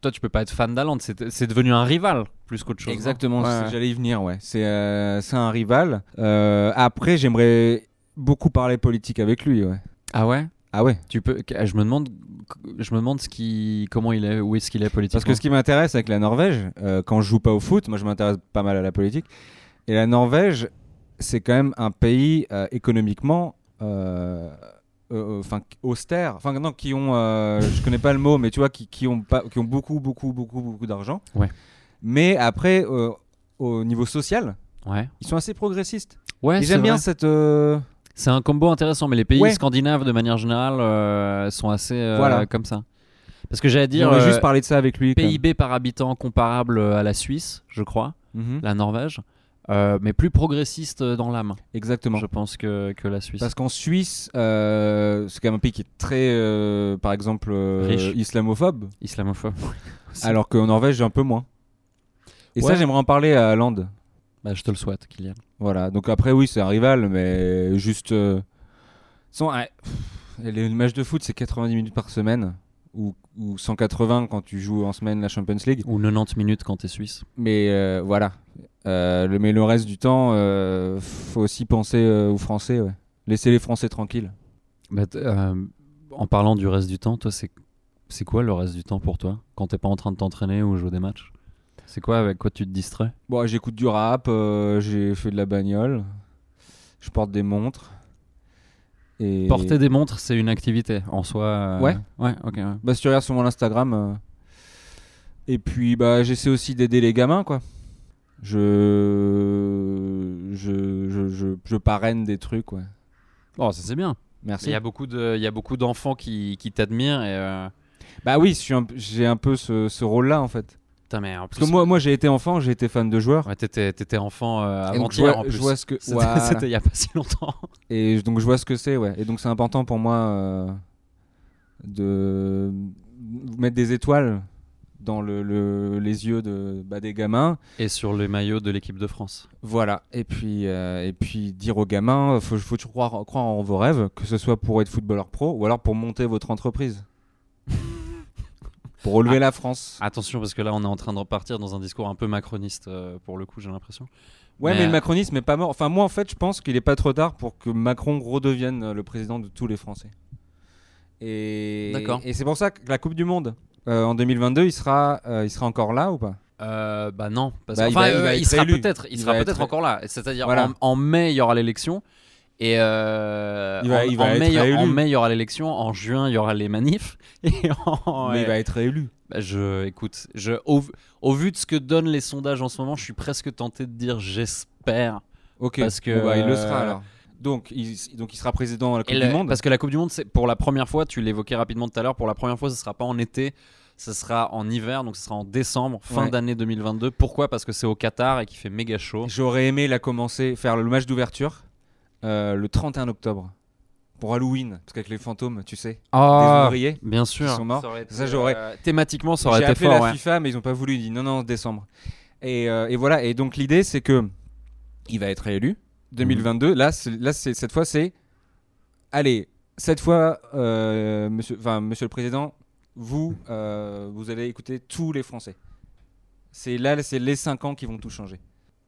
[SPEAKER 3] Toi, tu peux pas être fan d'Aland, c'est c'est devenu un rival plus qu'autre chose.
[SPEAKER 4] Exactement,
[SPEAKER 3] hein.
[SPEAKER 4] c'est-
[SPEAKER 3] Ouais.
[SPEAKER 4] j'allais y venir, ouais. C'est euh, c'est un rival. Euh, après, j'aimerais beaucoup parler politique avec lui, ouais.
[SPEAKER 3] Ah ouais
[SPEAKER 4] Ah ouais
[SPEAKER 3] Tu peux qu- Je me demande, je me demande ce qui, comment il est, où est-ce qu'il est politiquement.
[SPEAKER 4] Parce que ce qui m'intéresse avec la Norvège, euh, quand je joue pas au foot, moi je m'intéresse pas mal à la politique, et la Norvège, c'est quand même un pays euh, économiquement euh, euh, enfin, austère, enfin non, qui ont, euh, je connais pas le mot, mais tu vois, qui, qui ont, pas, qui ont beaucoup, beaucoup, beaucoup, beaucoup d'argent.
[SPEAKER 3] Ouais.
[SPEAKER 4] Mais après, euh, au niveau social,
[SPEAKER 3] Ouais,
[SPEAKER 4] ils sont assez progressistes.
[SPEAKER 3] ouais
[SPEAKER 4] Et
[SPEAKER 3] c'est
[SPEAKER 4] J'aime bien
[SPEAKER 3] vrai.
[SPEAKER 4] cette... euh,
[SPEAKER 3] C'est un combo intéressant, mais les pays
[SPEAKER 4] Ouais.
[SPEAKER 3] scandinaves, de manière générale, euh, sont assez euh,
[SPEAKER 4] Voilà.
[SPEAKER 3] comme ça. Parce que j'allais dire,
[SPEAKER 4] J'aimerais
[SPEAKER 3] euh,
[SPEAKER 4] juste parler de ça avec lui. quand même.
[SPEAKER 3] PIB par habitant comparable à la Suisse, je crois,
[SPEAKER 4] Mhm.
[SPEAKER 3] la Norvège, euh, mais plus progressiste dans l'âme,
[SPEAKER 4] Exactement.
[SPEAKER 3] je pense, que, que la Suisse.
[SPEAKER 4] Parce qu'en Suisse, euh, c'est quand même un pays qui est très, euh, par exemple, euh,
[SPEAKER 3] Riche.
[SPEAKER 4] islamophobe,
[SPEAKER 3] Islamophobe.
[SPEAKER 4] alors qu'en Norvège, un peu moins. Et
[SPEAKER 3] Ouais.
[SPEAKER 4] ça, j'aimerais en parler à Lande.
[SPEAKER 3] Bah, je te le souhaite, Kylian.
[SPEAKER 4] Voilà. Donc après, oui, c'est un rival, mais juste. euh, sans, ouais, pff, et les matchs de foot, c'est 90 minutes par semaine. Ou, ou 180 quand tu joues en semaine la Champions League.
[SPEAKER 3] Ou 90 minutes quand t'es Suisse.
[SPEAKER 4] Mais euh, voilà. Euh, le, mais le reste du temps, euh, faut aussi penser euh, aux Français. ouais. Laisser les Français tranquilles.
[SPEAKER 3] Bah, t- euh, en parlant du reste du temps, toi, c'est c'est quoi le reste du temps pour toi Quand t'es pas en train de t'entraîner ou jouer des matchs C'est quoi avec quoi tu te distrais
[SPEAKER 4] Bon, j'écoute du rap, euh, j'ai fait de la bagnole, je porte des montres. Et...
[SPEAKER 3] Porter des montres, c'est une activité en soi. euh,
[SPEAKER 4] Ouais.
[SPEAKER 3] Ouais, ok. ouais.
[SPEAKER 4] Bah, si tu regardes sur mon Instagram. euh, Et puis, bah, j'essaie aussi d'aider les gamins, quoi. Je... Je, je, je, je parraine des trucs, ouais.
[SPEAKER 3] Bon, Oh, ça c'est bien.
[SPEAKER 4] Merci.
[SPEAKER 3] Il y a beaucoup de, il y a beaucoup d'enfants qui, qui t'admirent et. euh,
[SPEAKER 4] Bah oui, je suis un p- j'ai un peu ce, ce rôle-là, en fait.
[SPEAKER 3] Putain, mais en
[SPEAKER 4] Parce
[SPEAKER 3] plus-
[SPEAKER 4] que moi, moi j'ai été enfant, j'ai été fan de joueurs.
[SPEAKER 3] Ouais, t'étais, t'étais enfant euh,
[SPEAKER 4] Et donc, je
[SPEAKER 3] avant-hier
[SPEAKER 4] vois,
[SPEAKER 3] en
[SPEAKER 4] je
[SPEAKER 3] plus.
[SPEAKER 4] vois ce que...
[SPEAKER 3] C'était,
[SPEAKER 4] Voilà.
[SPEAKER 3] c'était il y a pas si longtemps.
[SPEAKER 4] Et je- donc je vois ce que c'est, ouais. Et donc c'est important pour moi euh, de mettre des étoiles dans le, le- les yeux de, bah, des gamins.
[SPEAKER 3] Et sur les maillots de l'équipe de France.
[SPEAKER 4] Voilà. Et puis, euh, et puis dire aux gamins, euh, faut, faut toujours croire, croire en vos rêves, que ce soit pour être footballeur pro ou alors pour monter votre entreprise. pour relever la France.
[SPEAKER 3] Attention parce que là on est en train de repartir dans un discours un peu macroniste euh, pour le coup j'ai l'impression.
[SPEAKER 4] Ouais, mais,
[SPEAKER 3] mais-
[SPEAKER 4] le macronisme n'est pas mort. Enfin, moi, en fait, je pense qu'il n'est pas trop tard pour que Macron redevienne euh, le président de tous les Français. Et,
[SPEAKER 3] D'accord.
[SPEAKER 4] Et c'est pour ça que la Coupe du Monde euh, en 2022, il sera, euh, il sera encore là ou pas
[SPEAKER 3] Euh, bah non, parce
[SPEAKER 4] Bah,
[SPEAKER 3] que-
[SPEAKER 4] il
[SPEAKER 3] enfin,
[SPEAKER 4] va- il
[SPEAKER 3] euh,
[SPEAKER 4] va
[SPEAKER 3] il,
[SPEAKER 4] être
[SPEAKER 3] sera
[SPEAKER 4] élu.
[SPEAKER 3] peut-être, il,
[SPEAKER 4] Il
[SPEAKER 3] sera
[SPEAKER 4] va
[SPEAKER 3] peut-être
[SPEAKER 4] être-
[SPEAKER 3] encore là. C'est-à-dire
[SPEAKER 4] Voilà.
[SPEAKER 3] en, en mai il y aura l'élection et euh,
[SPEAKER 4] Il
[SPEAKER 3] en,
[SPEAKER 4] va- il va
[SPEAKER 3] en
[SPEAKER 4] être
[SPEAKER 3] mai, il y aura- en
[SPEAKER 4] réélu.
[SPEAKER 3] mai, il y aura l'élection, en juin il y aura les manifs et en-
[SPEAKER 4] Mais
[SPEAKER 3] ouais.
[SPEAKER 4] il va être réélu.
[SPEAKER 3] Bah, je, écoute, je, au, au vu de ce que donnent les sondages en ce moment, je suis presque tenté de dire j'espère.
[SPEAKER 4] Ok.
[SPEAKER 3] Parce que,
[SPEAKER 4] Bon, bah, il le
[SPEAKER 3] euh,
[SPEAKER 4] sera alors. Donc, il, donc, il sera président à la Coupe
[SPEAKER 3] Et
[SPEAKER 4] du
[SPEAKER 3] le-
[SPEAKER 4] Monde.
[SPEAKER 3] Parce que la Coupe du Monde, c'est pour la première fois, tu l'évoquais rapidement tout à l'heure, pour la première fois, ce sera pas en été, ce sera en hiver, donc ce sera en décembre, fin
[SPEAKER 4] Ouais.
[SPEAKER 3] d'année 2022. Pourquoi Parce que c'est au Qatar et qu'il fait méga chaud.
[SPEAKER 4] J'aurais aimé la commencer, faire le match d'ouverture euh, le 31 octobre pour Halloween, parce qu'avec les fantômes, tu sais,
[SPEAKER 3] Ah.
[SPEAKER 4] des ouvriers.
[SPEAKER 3] bien sûr.
[SPEAKER 4] qui sont morts.
[SPEAKER 3] Ça aurait été,
[SPEAKER 4] Ça, j'aurais-
[SPEAKER 3] euh, thématiquement, ça aurait
[SPEAKER 4] J'ai
[SPEAKER 3] été
[SPEAKER 4] appelé
[SPEAKER 3] fort.
[SPEAKER 4] la
[SPEAKER 3] ouais.
[SPEAKER 4] FIFA, mais ils n'ont pas voulu. Ils disent non, non, décembre. Et, euh, et voilà. Et donc l'idée, c'est que il va être réélu. 2022.
[SPEAKER 3] Mhm.
[SPEAKER 4] Là, c'est- là, c'est cette fois, c'est allez. Cette fois, euh, monsieur, enfin, monsieur le président, vous, euh, vous allez écouter tous les Français. C'est là, c'est les 5 ans qui vont tout changer.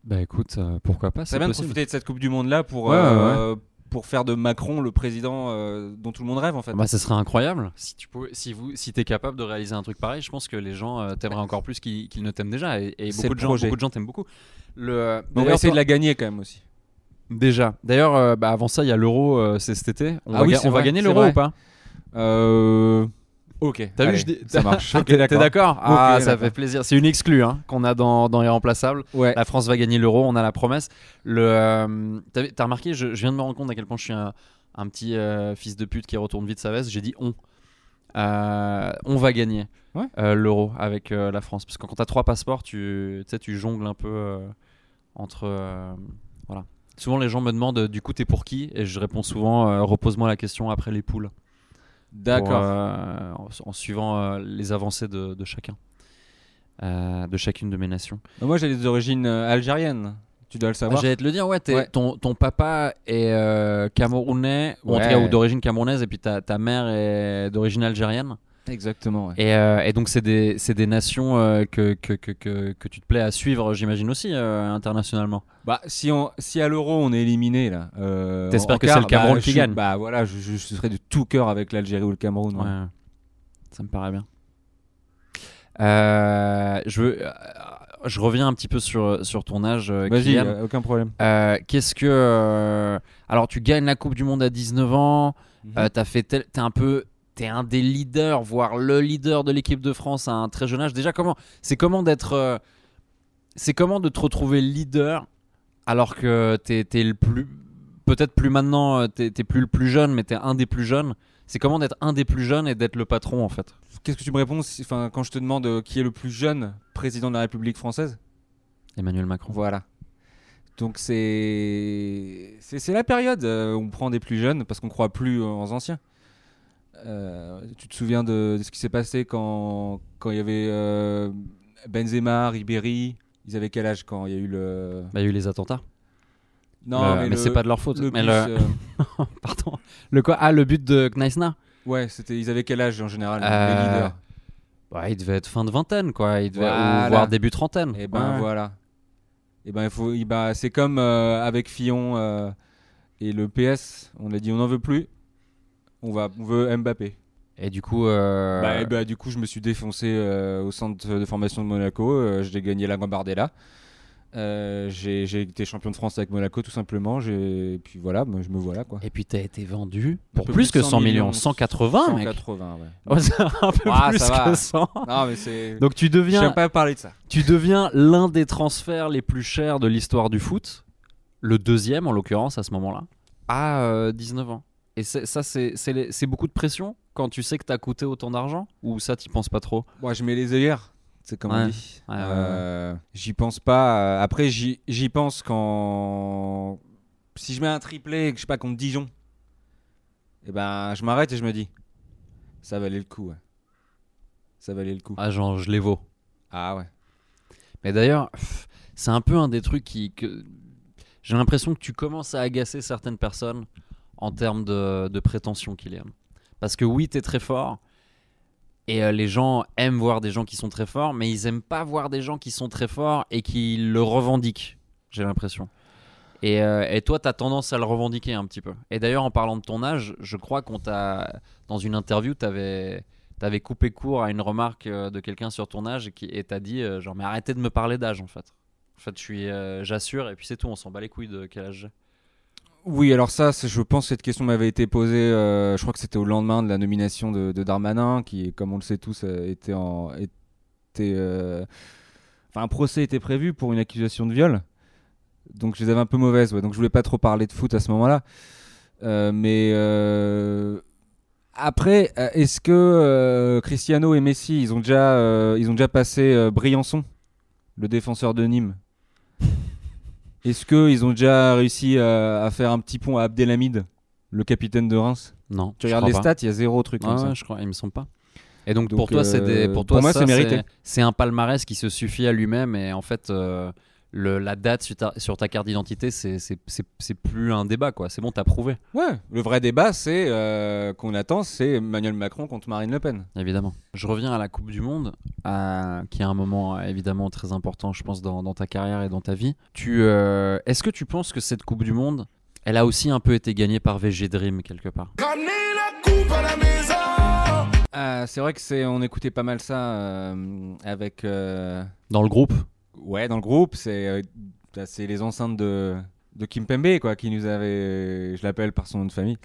[SPEAKER 3] Bah écoute, euh, pourquoi pas
[SPEAKER 4] C'est
[SPEAKER 3] C'est
[SPEAKER 4] bien de
[SPEAKER 3] possible.
[SPEAKER 4] profiter de cette Coupe du Monde là pour
[SPEAKER 3] Ouais,
[SPEAKER 4] euh, pour faire de Macron le président euh, dont tout le monde rêve en fait.
[SPEAKER 3] Ah Bah, ce serait incroyable si tu peux, si vous, si t'es capable de réaliser un truc pareil. Je pense que les gens euh, t'aimeraient encore plus qu'ils qu'ils ne t'aiment déjà. Et, et
[SPEAKER 4] C'est
[SPEAKER 3] beaucoup,
[SPEAKER 4] le
[SPEAKER 3] de gens,
[SPEAKER 4] projet.
[SPEAKER 3] beaucoup de gens t'aiment beaucoup. Le, euh,
[SPEAKER 4] Mais on va
[SPEAKER 3] d'ailleurs,
[SPEAKER 4] essayer
[SPEAKER 3] toi-
[SPEAKER 4] de la gagner quand même aussi.
[SPEAKER 3] Déjà. D'ailleurs, euh, bah, avant ça, il y a l'euro, euh, c'est cet été. On,
[SPEAKER 4] Ah
[SPEAKER 3] va,
[SPEAKER 4] oui,
[SPEAKER 3] ga-
[SPEAKER 4] c'est
[SPEAKER 3] on va
[SPEAKER 4] vrai,
[SPEAKER 3] gagner
[SPEAKER 4] c'est
[SPEAKER 3] l'euro
[SPEAKER 4] vrai.
[SPEAKER 3] ou pas
[SPEAKER 4] Euh, Ok.
[SPEAKER 3] T'as vu,
[SPEAKER 4] allez,
[SPEAKER 3] je dis-
[SPEAKER 4] Ça marche. Ok,
[SPEAKER 3] T'es t'es
[SPEAKER 4] d'accord.
[SPEAKER 3] d'accord Ah,
[SPEAKER 4] Ok,
[SPEAKER 3] ça
[SPEAKER 4] d'accord.
[SPEAKER 3] fait plaisir. C'est une exclue hein, qu'on a dans, dans Irremplaçable.
[SPEAKER 4] Ouais.
[SPEAKER 3] La France va gagner l'euro, on a la promesse. Le, euh, t'as t'as remarqué, je, je viens de me rendre compte à quel point je suis un, un petit euh, fils de pute qui retourne vite sa veste. J'ai dit on. Euh, on va gagner
[SPEAKER 4] Ouais.
[SPEAKER 3] euh, l'euro avec euh, la France. Parce que quand t'as trois passeports, tu, tu sais, tu jongles un peu euh, entre. euh, voilà. Souvent, les gens me demandent du coup, t'es pour qui Et je réponds souvent euh, repose-moi la question après les poules pour,
[SPEAKER 4] D'accord.
[SPEAKER 3] euh, en, en suivant euh, les avancées de, de chacun, euh, de chacune de mes nations.
[SPEAKER 4] Non, Bah, Moi, j'ai des origines euh, algériennes. Tu dois le savoir.
[SPEAKER 3] J'allais te le dire, ouais, t'es-
[SPEAKER 4] Bah, Ouais.
[SPEAKER 3] Ton, ton papa est euh, camerounais, ou en tout
[SPEAKER 4] Ouais.
[SPEAKER 3] cas ou d'origine camerounaise, et puis ta, ta mère est d'origine algérienne.
[SPEAKER 4] Exactement. ouais.
[SPEAKER 3] Et, euh, et donc, c'est des, c'est des nations euh, que, que, que, que, que tu te plais à suivre, j'imagine aussi, euh, internationalement.
[SPEAKER 4] Bah, si, on, si à l'euro on est éliminé là. Euh,
[SPEAKER 3] T'espères
[SPEAKER 4] en
[SPEAKER 3] que c'est
[SPEAKER 4] quart,
[SPEAKER 3] le Cameroun
[SPEAKER 4] bah,
[SPEAKER 3] qui
[SPEAKER 4] je-
[SPEAKER 3] gagne.
[SPEAKER 4] Bah voilà, je, je- je serais de tout cœur avec l'Algérie ou le Cameroun. hein. ouais.
[SPEAKER 3] Ouais, ça me paraît bien. Euh, je, veux, euh, je reviens un petit peu sur, sur ton âge, euh,
[SPEAKER 4] Vas-y,
[SPEAKER 3] Kylian.
[SPEAKER 4] euh, aucun problème.
[SPEAKER 3] Euh, qu'est-ce que. euh, alors, tu gagnes la Coupe du Monde à 19 ans,
[SPEAKER 4] Mhm.
[SPEAKER 3] euh, t'as fait tel- t'es un peu. T'es un des leaders, voire le leader de l'équipe de France à un très jeune âge. Déjà, comment c'est comment d'être, euh, c'est comment de te retrouver leader alors que t'es t'es le plus, peut-être plus maintenant, euh, t'es t'es plus le plus jeune, mais t'es un des plus jeunes. C'est comment d'être un des plus jeunes et d'être le patron en fait.
[SPEAKER 4] Qu'est-ce que tu me réponds si- enfin, quand je te demande euh, qui est le plus jeune président de la République française
[SPEAKER 3] Emmanuel Macron.
[SPEAKER 4] Voilà. Donc c'est c'est c'est la période euh, où on prend des plus jeunes parce qu'on croit plus aux anciens. Euh, tu te souviens de, de ce qui s'est passé quand quand il y avait euh, Benzema, Ribéry, ils avaient quel âge quand il y a eu le
[SPEAKER 3] Bah, il y a eu les attentats.
[SPEAKER 4] Non,
[SPEAKER 3] Le- Euh, mais,
[SPEAKER 4] le-
[SPEAKER 3] c'est pas de leur faute.
[SPEAKER 4] le
[SPEAKER 3] mais
[SPEAKER 4] bus,
[SPEAKER 3] le...
[SPEAKER 4] euh,
[SPEAKER 3] Pardon. Le quoi Ah, le but de Kneisna
[SPEAKER 4] ouais, c'était ils avaient quel âge en général les
[SPEAKER 3] Euh,
[SPEAKER 4] leaders
[SPEAKER 3] Ouais, Bah, il devait être fin de vingtaine, quoi. Il devait,
[SPEAKER 4] Voilà.
[SPEAKER 3] Ou voire début trentaine.
[SPEAKER 4] Et ben
[SPEAKER 3] Ouais.
[SPEAKER 4] voilà. Et ben il faut il- bah, c'est comme euh, avec Fillon euh, et le PS, on a dit on n'en veut plus. On va on veut Mbappé.
[SPEAKER 3] Et du coup, euh,
[SPEAKER 4] Bah, eh ben, du coup, je me suis défoncé euh, au centre de formation de Monaco. euh, j'ai gagné la Gambardella. Euh, j'ai j'ai été champion de France avec Monaco, tout simplement. J'ai- Et puis voilà, moi, je me vois là. Quoi.
[SPEAKER 3] et puis t'as été vendu
[SPEAKER 4] Un
[SPEAKER 3] pour
[SPEAKER 4] peu
[SPEAKER 3] plus
[SPEAKER 4] plus de
[SPEAKER 3] que
[SPEAKER 4] 100
[SPEAKER 3] 100 millions,
[SPEAKER 4] millions.
[SPEAKER 3] 180, ben, mec.
[SPEAKER 4] 180, ouais.
[SPEAKER 3] Ouais, c'est un peu
[SPEAKER 4] Ah,
[SPEAKER 3] plus
[SPEAKER 4] ça va.
[SPEAKER 3] que 100.
[SPEAKER 4] Non, mais c'est.
[SPEAKER 3] Donc tu deviens,
[SPEAKER 4] J'aime pas parler de ça.
[SPEAKER 3] tu deviens l'un des transferts les plus chers de l'histoire du foot, le deuxième en l'occurrence à ce moment-là, à euh, 19 ans. Et c'est- ça, c'est- c'est les- c'est beaucoup de pression quand tu sais que t'as coûté autant d'argent Ou ça, t'y penses pas trop
[SPEAKER 4] Moi, je mets les œillères. C'est comme
[SPEAKER 3] Ouais.
[SPEAKER 4] on dit.
[SPEAKER 3] Ah Ouais, ouais, ouais.
[SPEAKER 4] Euh, J'y pense pas. euh, Après, j'y j'y pense quand. Si je mets un triplé, et que je sais pas, contre Dijon, et ben, je m'arrête et je me dis, ça valait le coup. ouais. Ça valait le coup.
[SPEAKER 3] Ah, genre, je les vaux.
[SPEAKER 4] Ah ouais.
[SPEAKER 3] Mais d'ailleurs, pff, c'est un peu un des trucs qui. que- J'ai l'impression que tu commences à agacer certaines personnes en termes de, de prétention, Kylian. Parce que oui, t'es très fort. Et euh, les gens aiment voir des gens qui sont très forts, mais ils aiment pas voir des gens qui sont très forts et qui le revendiquent, j'ai l'impression. Et, euh, et toi, t'as tendance à le revendiquer un petit peu. Et d'ailleurs, en parlant de ton âge, je crois qu'on t'a. Dans une interview, t'avais t'avais coupé court à une remarque euh, de quelqu'un sur ton âge et qui et t'as dit euh, genre mais arrêtez de me parler d'âge en fait. En fait, je suis euh, j'assure et puis c'est tout, on s'en bat les couilles de quel âge j'ai.
[SPEAKER 4] Oui, alors ça, c'est- je pense que cette question m'avait été posée, euh, je crois que c'était au lendemain de la nomination de, de Darmanin, qui, comme on le sait tous, euh, était en... Était, euh, Enfin, un procès était prévu pour une accusation de viol. Donc je les avais un peu mauvaises, ouais. donc je voulais pas trop parler de foot à ce moment-là. Euh, mais euh, après, euh, est-ce que euh, Cristiano et Messi, ils ont déjà, euh, ils ont déjà passé euh, Briançon, le défenseur de Nîmes est-ce qu'ils ont déjà réussi euh, à faire un petit pont à Abdelhamid, le capitaine de Reims
[SPEAKER 3] Non.
[SPEAKER 4] Tu regardes les stats, il y a zéro truc comme
[SPEAKER 3] ouais,
[SPEAKER 4] ça.
[SPEAKER 3] ouais, je crois, il me semble pas. Et donc,
[SPEAKER 4] Donc,
[SPEAKER 3] pour toi, c'est des-
[SPEAKER 4] euh,
[SPEAKER 3] pour toi,
[SPEAKER 4] pour moi,
[SPEAKER 3] ça,
[SPEAKER 4] c'est mérité.
[SPEAKER 3] C'est un palmarès qui se suffit à lui-même et en fait, euh, le, la date sur ta, sur ta carte d'identité, c'est c'est- c'est- c'est plus un débat quoi. C'est bon, t'as prouvé,
[SPEAKER 4] Ouais, le vrai débat, c'est euh, qu'on attend, c'est Emmanuel Macron contre Marine Le Pen.
[SPEAKER 3] évidemment. Je reviens à la Coupe du Monde, à- qui est un moment euh, évidemment très important, je pense, dans, dans ta carrière et dans ta vie. Tu, euh, est-ce que tu penses que cette Coupe du Monde, elle a aussi un peu été gagnée par VG Dream quelque part
[SPEAKER 4] Ah, c'est vrai que c'est, on écoutait pas mal ça euh, avec, euh,
[SPEAKER 3] dans le groupe
[SPEAKER 4] ouais, dans le groupe, c'est, euh, bah, c'est les enceintes de de Kim Pembe, quoi, qui nous avait, je l'appelle par son nom de famille.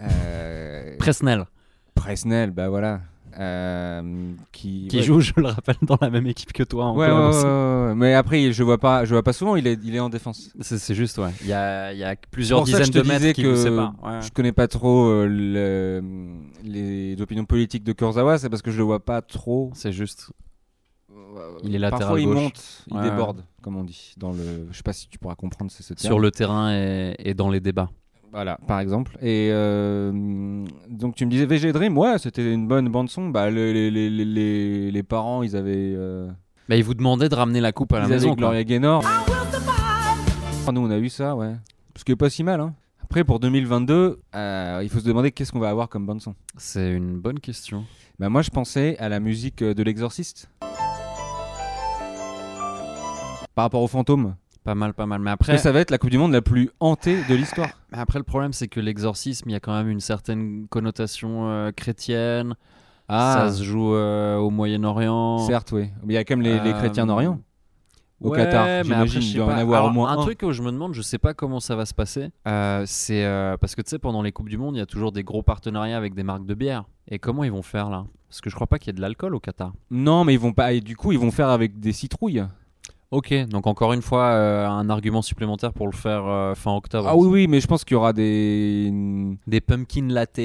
[SPEAKER 4] Euh,
[SPEAKER 3] Presnel.
[SPEAKER 4] Presnel, bah voilà. euh, qui,
[SPEAKER 3] Qui
[SPEAKER 4] ouais.
[SPEAKER 3] joue, je le rappelle, dans la même équipe que toi. en
[SPEAKER 4] Ouais, ouais,
[SPEAKER 3] club.
[SPEAKER 4] ouais, ouais, ouais. mais après je vois pas, je vois pas souvent. Il est, il est en défense.
[SPEAKER 3] C'est c'est juste, ouais. Il y a, il y a plusieurs
[SPEAKER 4] pour ça que
[SPEAKER 3] dizaines
[SPEAKER 4] je te
[SPEAKER 3] de mètres
[SPEAKER 4] disais
[SPEAKER 3] qui
[SPEAKER 4] que
[SPEAKER 3] nous séparent. ouais.
[SPEAKER 4] Je connais pas trop euh, le- les opinions politiques de Kurzawa, c'est parce que je le vois pas trop.
[SPEAKER 3] C'est juste. Il est latéral
[SPEAKER 4] Parfois il
[SPEAKER 3] gauche.
[SPEAKER 4] monte, il
[SPEAKER 3] Ouais, ouais.
[SPEAKER 4] déborde, comme on dit. Dans le, je sais pas si tu pourras comprendre c'est ce terme.
[SPEAKER 3] Sur le terrain et, et dans les débats.
[SPEAKER 4] Voilà, par exemple. Et euh, donc tu me disais VG Dream, ouais, c'était une bonne bande son. Bah le- les, les, les, les- les parents, ils avaient, euh,
[SPEAKER 3] Bah, ils vous demandaient de ramener la coupe à la
[SPEAKER 4] ils avaient
[SPEAKER 3] maison. quoi.
[SPEAKER 4] Gloria Gaynor. Oh, Nous, on a eu ça, ouais. Ce qui est pas si mal. Hein. Après, pour 2022, euh, il faut se demander qu'est-ce qu'on va avoir comme bande son.
[SPEAKER 3] C'est une bonne question.
[SPEAKER 4] Bah moi, je pensais à la musique euh, de l'Exorciste. Par rapport aux fantômes.
[SPEAKER 3] Pas mal, pas mal. Mais
[SPEAKER 4] Parce
[SPEAKER 3] après,
[SPEAKER 4] que ça va être la Coupe du Monde la plus hantée de l'histoire.
[SPEAKER 3] mais après le problème, c'est que l'exorcisme, il y a quand même une certaine connotation euh, chrétienne.
[SPEAKER 4] Ah.
[SPEAKER 3] Ça se joue euh, au Moyen-Orient.
[SPEAKER 4] certes, oui. Mais il y a quand même les, les
[SPEAKER 3] Euh,
[SPEAKER 4] chrétiens d'Orient. au
[SPEAKER 3] ouais,
[SPEAKER 4] Qatar,
[SPEAKER 3] mais
[SPEAKER 4] j'imagine,
[SPEAKER 3] après, je
[SPEAKER 4] il
[SPEAKER 3] sais
[SPEAKER 4] doit en
[SPEAKER 3] pas.
[SPEAKER 4] avoir au
[SPEAKER 3] Alors,
[SPEAKER 4] moins
[SPEAKER 3] un,
[SPEAKER 4] un.
[SPEAKER 3] truc que je me demande, je sais pas comment ça va se passer. euh, c'est euh, parce que tu sais, pendant les coupes du monde, il y a toujours des gros partenariats avec des marques de bière. Et comment ils vont faire là Parce que je crois pas qu'il y ait de l'alcool au Qatar.
[SPEAKER 4] Non, mais ils vont pas. Et du coup, ils vont faire avec des citrouilles.
[SPEAKER 3] Ok, donc encore une fois, euh, un argument supplémentaire pour le faire euh, fin octobre.
[SPEAKER 4] Ah oui, oui, mais je pense qu'il y aura des.
[SPEAKER 3] Des pumpkin lattes.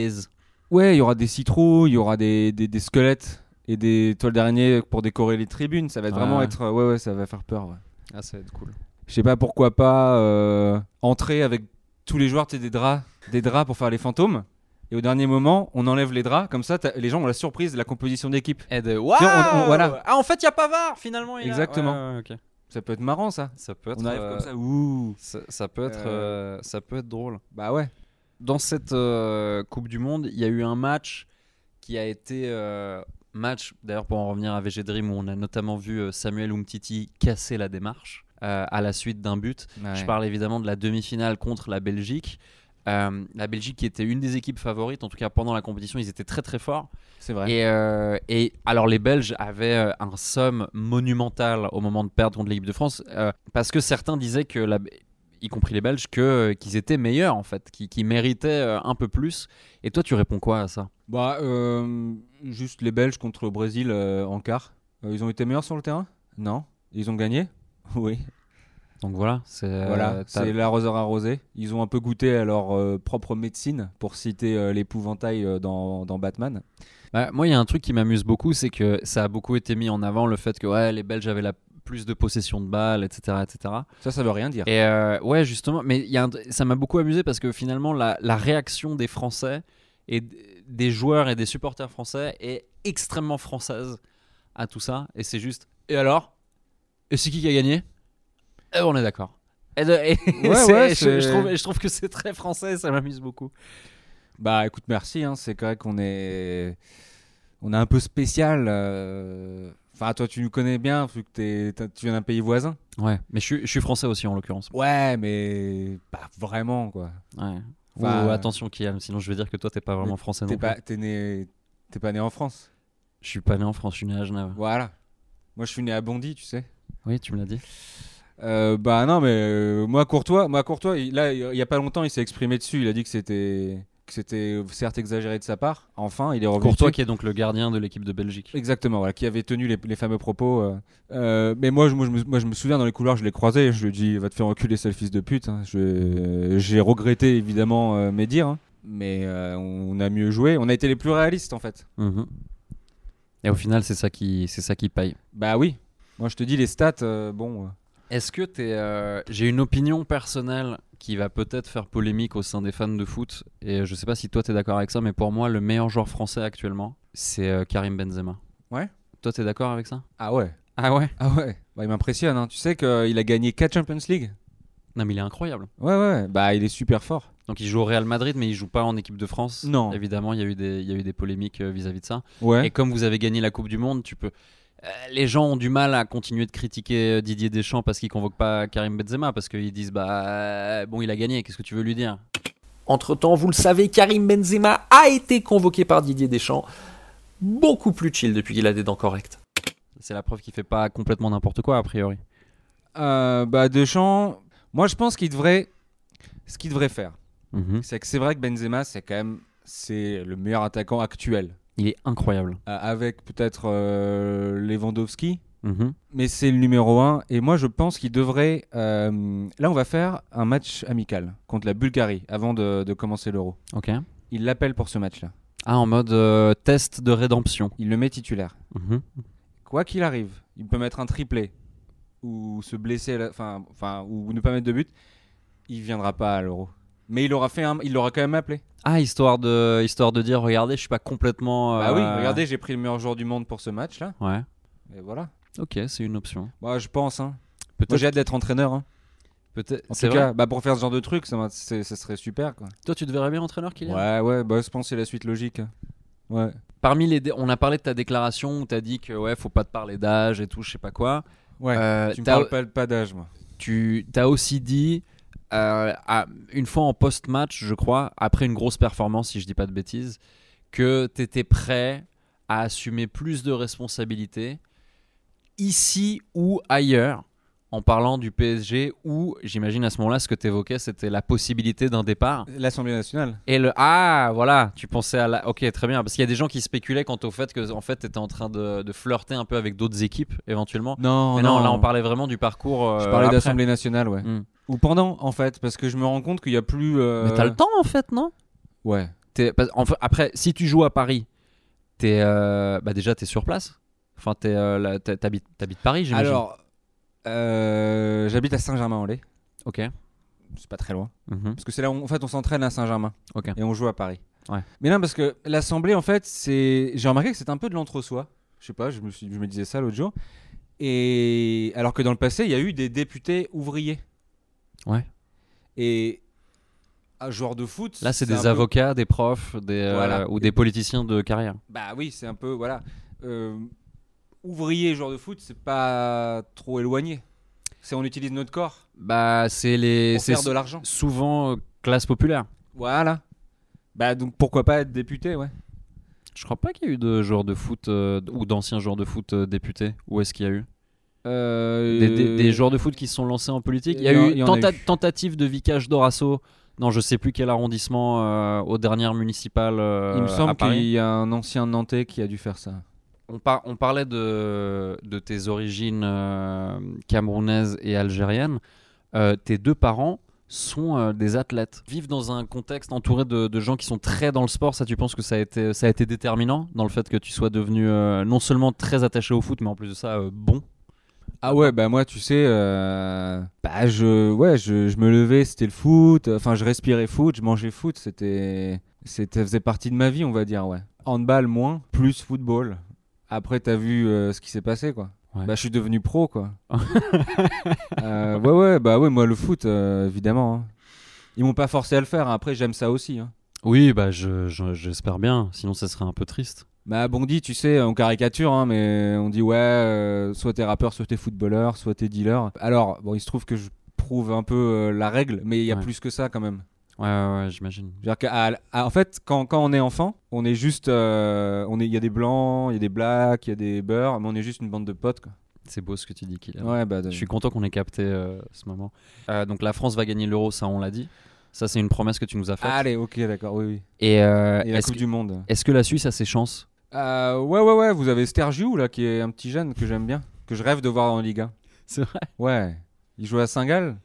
[SPEAKER 4] Ouais, il y aura des citrouilles, il y aura des, des, des squelettes et des toiles d'araignée pour décorer les tribunes. Ça va être
[SPEAKER 3] Ouais.
[SPEAKER 4] vraiment être. Ouais, ouais, ça va faire peur. ouais.
[SPEAKER 3] Ah, ça va être cool.
[SPEAKER 4] Je sais pas pourquoi pas euh, entrer avec tous les joueurs, tu sais, des draps, des draps pour faire les fantômes. Et au dernier moment, on enlève les draps. Comme ça, t'as- les gens ont la surprise de la composition d'équipe.
[SPEAKER 3] Et
[SPEAKER 4] on- on- voilà.
[SPEAKER 3] Ah, en fait, il y a Pavard finalement.
[SPEAKER 4] il est là. Exactement. Ça peut être marrant, ça.
[SPEAKER 3] Ça peut être.
[SPEAKER 4] On arrive
[SPEAKER 3] euh,
[SPEAKER 4] comme ça. Ouh.
[SPEAKER 3] ça. ça peut être. euh, ça peut être drôle.
[SPEAKER 4] Bah ouais.
[SPEAKER 3] Dans cette euh, Coupe du Monde, il y a eu un match qui a été euh, match. D'ailleurs, pour en revenir à VG Dream, où on a notamment vu euh, Samuel Umtiti casser la démarche euh, à la suite d'un but. Je
[SPEAKER 4] Ouais.
[SPEAKER 3] parle évidemment de la demi-finale contre la Belgique. Euh, la Belgique qui était une des équipes favorites, en tout cas pendant la compétition, ils étaient très très forts.
[SPEAKER 4] C'est vrai.
[SPEAKER 3] Et, euh, et alors les Belges avaient euh, un somme monumental au moment de perdre contre l'équipe de France, euh, parce que certains disaient que la y compris les Belges, que, euh, qu'ils étaient meilleurs en fait, qu'ils, qu'ils méritaient euh, un peu plus. Et toi, tu réponds quoi à ça
[SPEAKER 4] Bah, euh, juste les Belges contre le Brésil euh, en quart. Euh, ils ont été meilleurs sur le terrain Non. Ils ont gagné Oui.
[SPEAKER 3] Donc voilà, c'est, euh,
[SPEAKER 4] voilà,
[SPEAKER 3] t'as-
[SPEAKER 4] c'est l'arroseur arrosé. Ils ont un peu goûté à leur euh, propre médecine, pour citer euh, l'épouvantail euh, dans, dans Batman.
[SPEAKER 3] Bah, moi, il y a un truc qui m'amuse beaucoup, c'est que ça a beaucoup été mis en avant le fait que ouais, les Belges avaient la plus de possession de balles, etc., etc.
[SPEAKER 4] Ça, ça veut rien dire.
[SPEAKER 3] Et euh, ouais, justement, mais il y a un- ça m'a beaucoup amusé parce que finalement, la, la réaction des Français et d- des joueurs et des supporters français est extrêmement française à tout ça. Et c'est juste. Et alors Et c'est qui qui a gagné Et on est d'accord. Et de- et
[SPEAKER 4] Ouais,
[SPEAKER 3] c'est-
[SPEAKER 4] ouais,
[SPEAKER 3] je,
[SPEAKER 4] c'est-
[SPEAKER 3] je trouve, je trouve que c'est très français, et ça m'amuse beaucoup.
[SPEAKER 4] Bah, écoute, merci. hein, c'est vrai qu'on est, on est un peu spécial. euh, Enfin, toi, tu nous connais bien, vu que t'es- t'as- tu viens d'un pays voisin.
[SPEAKER 3] Ouais, mais je, suis- je suis français aussi en l'occurrence.
[SPEAKER 4] Ouais, mais pas vraiment, quoi.
[SPEAKER 3] Ouais.
[SPEAKER 4] Enfin,
[SPEAKER 3] Ou attention, Kian, sinon je vais dire que toi t'es pas vraiment français non
[SPEAKER 4] T'es pas,
[SPEAKER 3] plus.
[SPEAKER 4] t'es né, t'es pas né en France.
[SPEAKER 3] Je suis pas né en France, je suis né à Genève.
[SPEAKER 4] Voilà. Moi, je suis né à Bondy, tu sais.
[SPEAKER 3] Oui, tu me l'as dit.
[SPEAKER 4] Euh, bah non, mais euh, moi, Courtois, moi, Courtois, il- là, il y a pas longtemps, il s'est exprimé dessus. Il a dit que c'était, que c'était certes exagéré de sa part. Enfin, il est revenu.
[SPEAKER 3] Courtois
[SPEAKER 4] dessus.
[SPEAKER 3] qui est donc le gardien de l'équipe de Belgique.
[SPEAKER 4] Exactement, voilà, qui avait tenu les, les fameux propos. euh. Euh, mais moi je, moi, je me, moi, je me souviens dans les couloirs, je l'ai croisé, je lui ai dit va te faire reculer, sale fils de pute. hein. Je- euh, J'ai regretté évidemment euh, mes dires, hein. mais euh, on a mieux joué, on a été les plus réalistes en fait.
[SPEAKER 3] Mhm. Et au final, c'est ça qui, c'est ça qui paye.
[SPEAKER 4] Bah oui, moi je te dis les stats, euh, bon. euh,
[SPEAKER 3] Est-ce que t'es, euh, j'ai une opinion personnelle qui va peut-être faire polémique au sein des fans de foot, et je sais pas si toi t'es d'accord avec ça, mais pour moi, le meilleur joueur français actuellement, c'est euh, Karim Benzema.
[SPEAKER 4] Ouais.
[SPEAKER 3] Toi, t'es d'accord avec ça
[SPEAKER 4] Ah ouais,
[SPEAKER 3] Ah ouais.
[SPEAKER 4] ah ouais. Bah, il m'impressionne, hein. tu sais qu'il a gagné 4 Champions League.
[SPEAKER 3] Non, mais il est incroyable.
[SPEAKER 4] Ouais, ouais, bah il est super fort.
[SPEAKER 3] Donc il joue au Real Madrid, mais il joue pas en équipe de France.
[SPEAKER 4] Non.
[SPEAKER 3] Évidemment, il y a eu des, il y a eu des polémiques euh, vis-à-vis de ça.
[SPEAKER 4] Ouais.
[SPEAKER 3] Et comme vous avez gagné la Coupe du Monde, tu peux. Euh, Les gens ont du mal à continuer de critiquer euh, Didier Deschamps parce qu'il convoque pas Karim Benzema parce qu'ils disent bah euh, bon il a gagné qu'est-ce que tu veux lui dire
[SPEAKER 6] Entre-temps, vous le savez, Karim Benzema a été convoqué par Didier Deschamps. Beaucoup plus chill depuis qu'il a des dents correctes.
[SPEAKER 3] c'est la preuve qu'il fait pas complètement n'importe quoi a priori
[SPEAKER 4] Euh, bah Deschamps, moi je pense qu'il devrait, ce Mhm. qu'il devrait faire. C'est que c'est vrai que Benzema, c'est quand même c'est le meilleur attaquant actuel.
[SPEAKER 3] Il est incroyable.
[SPEAKER 4] euh, avec peut-être euh, Lewandowski,
[SPEAKER 3] Mhm.
[SPEAKER 4] mais c'est le numéro 1. Et moi, je pense qu'il devrait. euh, là, on va faire un match amical contre la Bulgarie avant de, de commencer l'Euro.
[SPEAKER 3] Ok.
[SPEAKER 4] Il l'appelle pour ce match-là.
[SPEAKER 3] Ah, en mode euh, test de rédemption.
[SPEAKER 4] Il le met titulaire.
[SPEAKER 3] Mhm.
[SPEAKER 4] Quoi qu'il arrive, il peut mettre un triplé ou se blesser, à la- enfin, enfin, ou ne pas mettre de but. Il viendra pas à l'Euro. Mais il aura fait, un- il l'aura quand même appelé.
[SPEAKER 3] Ah, histoire de, histoire de dire, regardez, je suis pas complètement.
[SPEAKER 4] Ah oui,
[SPEAKER 3] euh,
[SPEAKER 4] regardez, j'ai pris le meilleur joueur du monde pour ce match-là.
[SPEAKER 3] Ouais.
[SPEAKER 4] Et voilà.
[SPEAKER 3] Ok, c'est une option.
[SPEAKER 4] Moi, je pense. Hein. Moi,
[SPEAKER 3] Peut-être.
[SPEAKER 4] j'ai hâte d'être entraîneur. hein.
[SPEAKER 3] Peut-être.
[SPEAKER 4] En
[SPEAKER 3] c'est
[SPEAKER 4] tout
[SPEAKER 3] vrai.
[SPEAKER 4] cas, bah, pour faire ce genre de truc, ça, m'a- c'est- ça serait super. Quoi.
[SPEAKER 3] Toi, tu te verrais bien entraîneur, Kylian
[SPEAKER 4] Ouais, ouais, bah, je pense que c'est la suite logique. hein. Ouais.
[SPEAKER 3] Parmi les, dé- on a parlé de ta déclaration où t'as dit que ouais, faut pas te parler d'âge et tout, je sais pas quoi.
[SPEAKER 4] ouais.
[SPEAKER 3] Euh,
[SPEAKER 4] tu me
[SPEAKER 3] t'as-
[SPEAKER 4] parles pas, pas d'âge, moi.
[SPEAKER 3] tu as aussi dit, euh, à- une fois en post-match, je crois, après une grosse performance, si je dis pas de bêtises, que tu étais prêt à assumer plus de responsabilités ici ou ailleurs, en parlant du PSG, où j'imagine à ce moment-là, ce que tu évoquais, c'était la possibilité d'un départ.
[SPEAKER 4] L'Assemblée nationale.
[SPEAKER 3] Et le ah voilà, tu pensais à la ok très bien parce qu'il y a des gens qui spéculaient quant au fait que en fait t'étais en train de, de flirter un peu avec d'autres équipes éventuellement.
[SPEAKER 4] Non,
[SPEAKER 3] Mais Oh non, là on parlait vraiment du parcours. euh,
[SPEAKER 4] Je parlais
[SPEAKER 3] après.
[SPEAKER 4] d'Assemblée nationale, ouais.
[SPEAKER 3] Hmm.
[SPEAKER 4] Ou pendant, en fait, parce que je me rends compte qu'il y a plus. euh,
[SPEAKER 3] Mais t'as le temps en fait non
[SPEAKER 4] Ouais.
[SPEAKER 3] T'es- parce- en fait, Après si tu joues à Paris, t'es euh, bah déjà t'es sur place. Enfin t'es euh, là, t'es- t'habites t'habites Paris j'imagine.
[SPEAKER 4] Alors, euh, j'habite à Saint-Germain-en-Laye.
[SPEAKER 3] ok.
[SPEAKER 4] C'est pas très loin.
[SPEAKER 3] Mhm.
[SPEAKER 4] Parce que c'est là où, en fait, on s'entraîne à Saint-Germain.
[SPEAKER 3] Ok.
[SPEAKER 4] Et on joue à Paris.
[SPEAKER 3] Ouais.
[SPEAKER 4] Mais non, parce que l'Assemblée, en fait, c'est. J'ai remarqué que c'est un peu de l'entre-soi. Je sais pas, je me, suis- je me disais ça l'autre jour. Et alors que dans le passé, il y a eu des députés ouvriers.
[SPEAKER 3] Ouais.
[SPEAKER 4] Et un joueur de foot.
[SPEAKER 3] Là c'est des
[SPEAKER 4] un peu-
[SPEAKER 3] avocats, des profs, des euh,
[SPEAKER 4] Voilà.
[SPEAKER 3] ou des politiciens de carrière.
[SPEAKER 4] Bah oui, c'est un peu voilà. Euh, ouvrier, joueur de foot, c'est pas trop éloigné. C'est on utilise notre corps
[SPEAKER 3] Bah c'est les
[SPEAKER 4] pour
[SPEAKER 3] c'est
[SPEAKER 4] faire de l'argent.
[SPEAKER 3] souvent euh, classe populaire.
[SPEAKER 4] Voilà. Bah donc pourquoi pas être député, ouais.
[SPEAKER 3] Je crois pas qu'il y a eu de joueurs de foot euh, ou d'anciens joueurs de foot euh, députés. Où est-ce qu'il y a eu
[SPEAKER 4] Euh,
[SPEAKER 3] des, des- des joueurs de foot qui se sont lancés en politique Il y a
[SPEAKER 4] il y en-
[SPEAKER 3] eu
[SPEAKER 4] il y en a
[SPEAKER 3] tenta-
[SPEAKER 4] eu.
[SPEAKER 3] tentative de vicage d'Orasso dans je sais plus quel arrondissement euh, aux dernières municipales. euh,
[SPEAKER 4] Il me
[SPEAKER 3] à
[SPEAKER 4] semble
[SPEAKER 3] Paris.
[SPEAKER 4] qu'il y a un ancien Nantais qui a dû faire ça.
[SPEAKER 3] On, par- on parlait de, de tes origines euh, camerounaises et algériennes. Euh, tes deux parents sont euh, des athlètes. Vivre dans un contexte entouré de, de gens qui sont très dans le sport, ça tu penses que ça a été, ça a été déterminant dans le fait que tu sois devenu euh, non seulement très attaché au foot, mais en plus de ça, euh, bon
[SPEAKER 4] Ah ouais, bah moi, tu sais, euh, bah je, ouais, je, je me levais, c'était le foot. Enfin, je respirais foot, je mangeais foot. C'était, c'était, ça faisait partie de ma vie, on va dire, ouais. Handball moins, plus football. Après, t'as vu euh, ce qui s'est passé, quoi.
[SPEAKER 3] Ouais.
[SPEAKER 4] Bah, je suis devenu pro, quoi. Euh, ouais, ouais, bah ouais, moi, le foot, euh, évidemment. hein. Ils m'ont pas forcé à le faire. hein. Après, j'aime ça aussi. Hein.
[SPEAKER 3] Oui, bah j'espère je, j'espère bien, sinon ça serait un peu triste.
[SPEAKER 4] Bah Bondy, tu sais, on caricature, hein, mais on dit ouais, euh, soit t'es rappeur, soit t'es footballeur, soit t'es dealer. Alors, bon, il se trouve que je prouve un peu euh, la règle, mais il y a
[SPEAKER 3] Ouais.
[SPEAKER 4] plus que ça quand même.
[SPEAKER 3] Ouais, ouais, ouais, j'imagine.
[SPEAKER 4] C'est-à-dire qu'à- à- en fait, quand, quand on est enfant, on est juste, euh, on est, il y a des blancs, il y a des blacks, il y a des beurs, mais on est juste une bande de potes. Quoi.
[SPEAKER 3] C'est beau ce que tu dis, Kylian.
[SPEAKER 4] Ouais, bah, de-
[SPEAKER 3] Je suis content qu'on ait capté euh, ce moment. Euh, donc la France va gagner l'euro, ça on l'a dit. Ça c'est une promesse que tu nous as faite.
[SPEAKER 4] Allez, ok, d'accord, oui, oui.
[SPEAKER 3] Et, euh,
[SPEAKER 4] Et la
[SPEAKER 3] est-ce
[SPEAKER 4] Coupe
[SPEAKER 3] que,
[SPEAKER 4] du Monde.
[SPEAKER 3] est-ce que la Suisse a ses chances
[SPEAKER 4] Euh, ouais, ouais, ouais. Vous avez Stergiou là, qui est un petit jeune que j'aime bien, que je rêve de voir en Ligue 1.
[SPEAKER 3] C'est vrai.
[SPEAKER 4] Ouais. Il joue à Saint-Gall.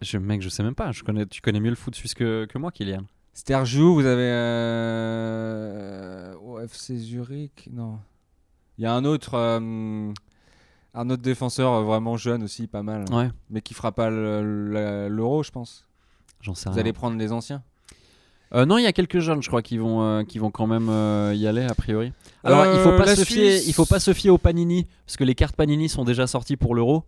[SPEAKER 3] Je, mec, je sais même pas. Je connais, tu connais mieux le foot suisse que, que moi, Kylian.
[SPEAKER 4] Sterjou, vous avez euh... OFC Zurich, non. Il y a un autre, euh, un autre défenseur euh, vraiment jeune aussi, pas mal,
[SPEAKER 3] Ouais,
[SPEAKER 4] mais qui fera pas le- le- l'euro, je pense.
[SPEAKER 3] j'en sais
[SPEAKER 4] Vous
[SPEAKER 3] rien.
[SPEAKER 4] allez prendre les anciens.
[SPEAKER 3] Euh, non, il y a quelques jeunes, je crois, qui vont, euh, qui vont quand même euh, y aller, a priori. Alors, il, faut
[SPEAKER 4] Euh,
[SPEAKER 3] pas
[SPEAKER 4] la
[SPEAKER 3] se fier,
[SPEAKER 4] Suisse-
[SPEAKER 3] il faut pas se fier aux Panini, parce que les cartes Panini sont déjà sorties pour l'euro,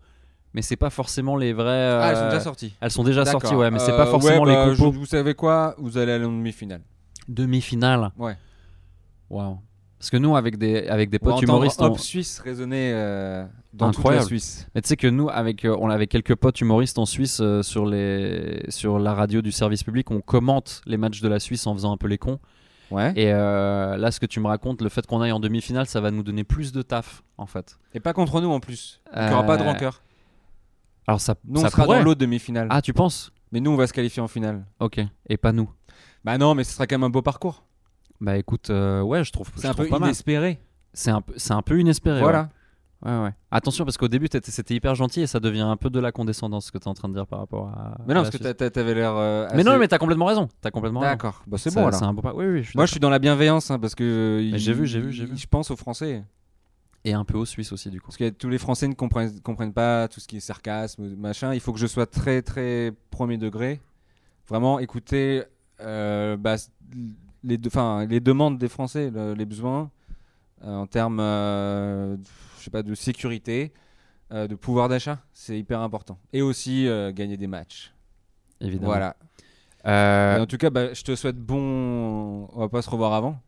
[SPEAKER 3] mais c'est pas forcément les vraies. euh,
[SPEAKER 4] Ah, ils sont déjà sortis.
[SPEAKER 3] elles sont déjà
[SPEAKER 4] D'accord.
[SPEAKER 3] sorties, ouais, mais c'est
[SPEAKER 4] Euh,
[SPEAKER 3] pas forcément
[SPEAKER 4] ouais, bah,
[SPEAKER 3] les compos.
[SPEAKER 4] je- Vous savez quoi Vous allez aller en demi-finale.
[SPEAKER 3] Demi-finale.
[SPEAKER 4] Ouais.
[SPEAKER 3] Waouh. Parce que nous, avec des, avec des
[SPEAKER 4] On va
[SPEAKER 3] potes
[SPEAKER 4] entendre
[SPEAKER 3] humoristes, on-
[SPEAKER 4] Hop Suisse résonner euh, dans
[SPEAKER 3] Incroyable.
[SPEAKER 4] toute la Suisse.
[SPEAKER 3] Mais tu sais que nous, avec, euh, on avait quelques potes humoristes en Suisse euh, sur, les, sur la radio du service public, on commente les matchs de la Suisse en faisant un peu les cons.
[SPEAKER 4] Ouais. Et,
[SPEAKER 3] Et euh, là, ce que tu me racontes, le fait qu'on aille en demi-finale, ça va nous donner plus de taf, en fait.
[SPEAKER 4] pas contre nous en plus. Il n'y
[SPEAKER 3] Euh,
[SPEAKER 4] aura pas de rancœur.
[SPEAKER 3] Alors ça,
[SPEAKER 4] Nous, on
[SPEAKER 3] ça
[SPEAKER 4] sera
[SPEAKER 3] pourrait.
[SPEAKER 4] dans l'autre demi-finale.
[SPEAKER 3] Ah, tu penses
[SPEAKER 4] Mais nous, on va se qualifier en finale.
[SPEAKER 3] Ok. Et pas nous.
[SPEAKER 4] Bah non, mais ce sera quand même un beau parcours.
[SPEAKER 3] Bah écoute, euh, ouais, je trouve, je
[SPEAKER 4] C'est un
[SPEAKER 3] trouve
[SPEAKER 4] peu
[SPEAKER 3] pas mal.
[SPEAKER 4] inespéré.
[SPEAKER 3] C'est un, peu- c'est un peu inespéré.
[SPEAKER 4] Voilà.
[SPEAKER 3] ouais. Ouais, ouais. Attention, parce qu'au début, t'étais- c'était hyper gentil et ça devient un peu de la condescendance ce que t'es en train de dire par rapport à.
[SPEAKER 4] Mais non,
[SPEAKER 3] à la
[SPEAKER 4] parce que
[SPEAKER 3] Suisse.
[SPEAKER 4] t'as- t'as- t'avais l'air. euh,
[SPEAKER 3] Ah, Mais non,
[SPEAKER 4] assez-
[SPEAKER 3] mais t'as complètement raison. T'as complètement raison.
[SPEAKER 4] D'accord. Bah, c'est bon alors.
[SPEAKER 3] C'est un bon pas. Oui, oui. Je suis
[SPEAKER 4] Moi, je
[SPEAKER 3] d'accord.
[SPEAKER 4] suis dans la bienveillance hein, parce que. euh,
[SPEAKER 3] Mais
[SPEAKER 4] il-
[SPEAKER 3] j'ai vu, j'ai vu, j'ai
[SPEAKER 4] il-
[SPEAKER 3] vu.
[SPEAKER 4] Je pense aux Français.
[SPEAKER 3] Et un peu aux Suisses aussi, du coup.
[SPEAKER 4] Parce que tous les Français ne comprennent, comprennent pas tout ce qui est sarcasme, machin. Il faut que je sois très, très premier degré. Vraiment écouter euh, bah, les, de- 'fin, les demandes des Français, le- les besoins euh, en termes euh, je sais pas, de sécurité, euh, de pouvoir d'achat. C'est hyper important. Et aussi euh, gagner des matchs.
[SPEAKER 3] Évidemment.
[SPEAKER 4] Voilà.
[SPEAKER 3] Euh,
[SPEAKER 4] Et en tout cas, bah, je te souhaite bon. On va pas se revoir avant.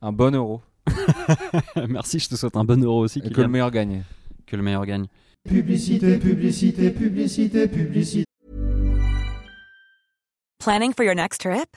[SPEAKER 4] Un bon euro.
[SPEAKER 3] Merci, je te souhaite un bon euro aussi.
[SPEAKER 4] Et que le
[SPEAKER 3] Kylian.
[SPEAKER 4] meilleur gagne.
[SPEAKER 3] que le meilleur gagne.
[SPEAKER 1] Publicité, publicité, publicité, publicité.
[SPEAKER 7] Planning for your next trip?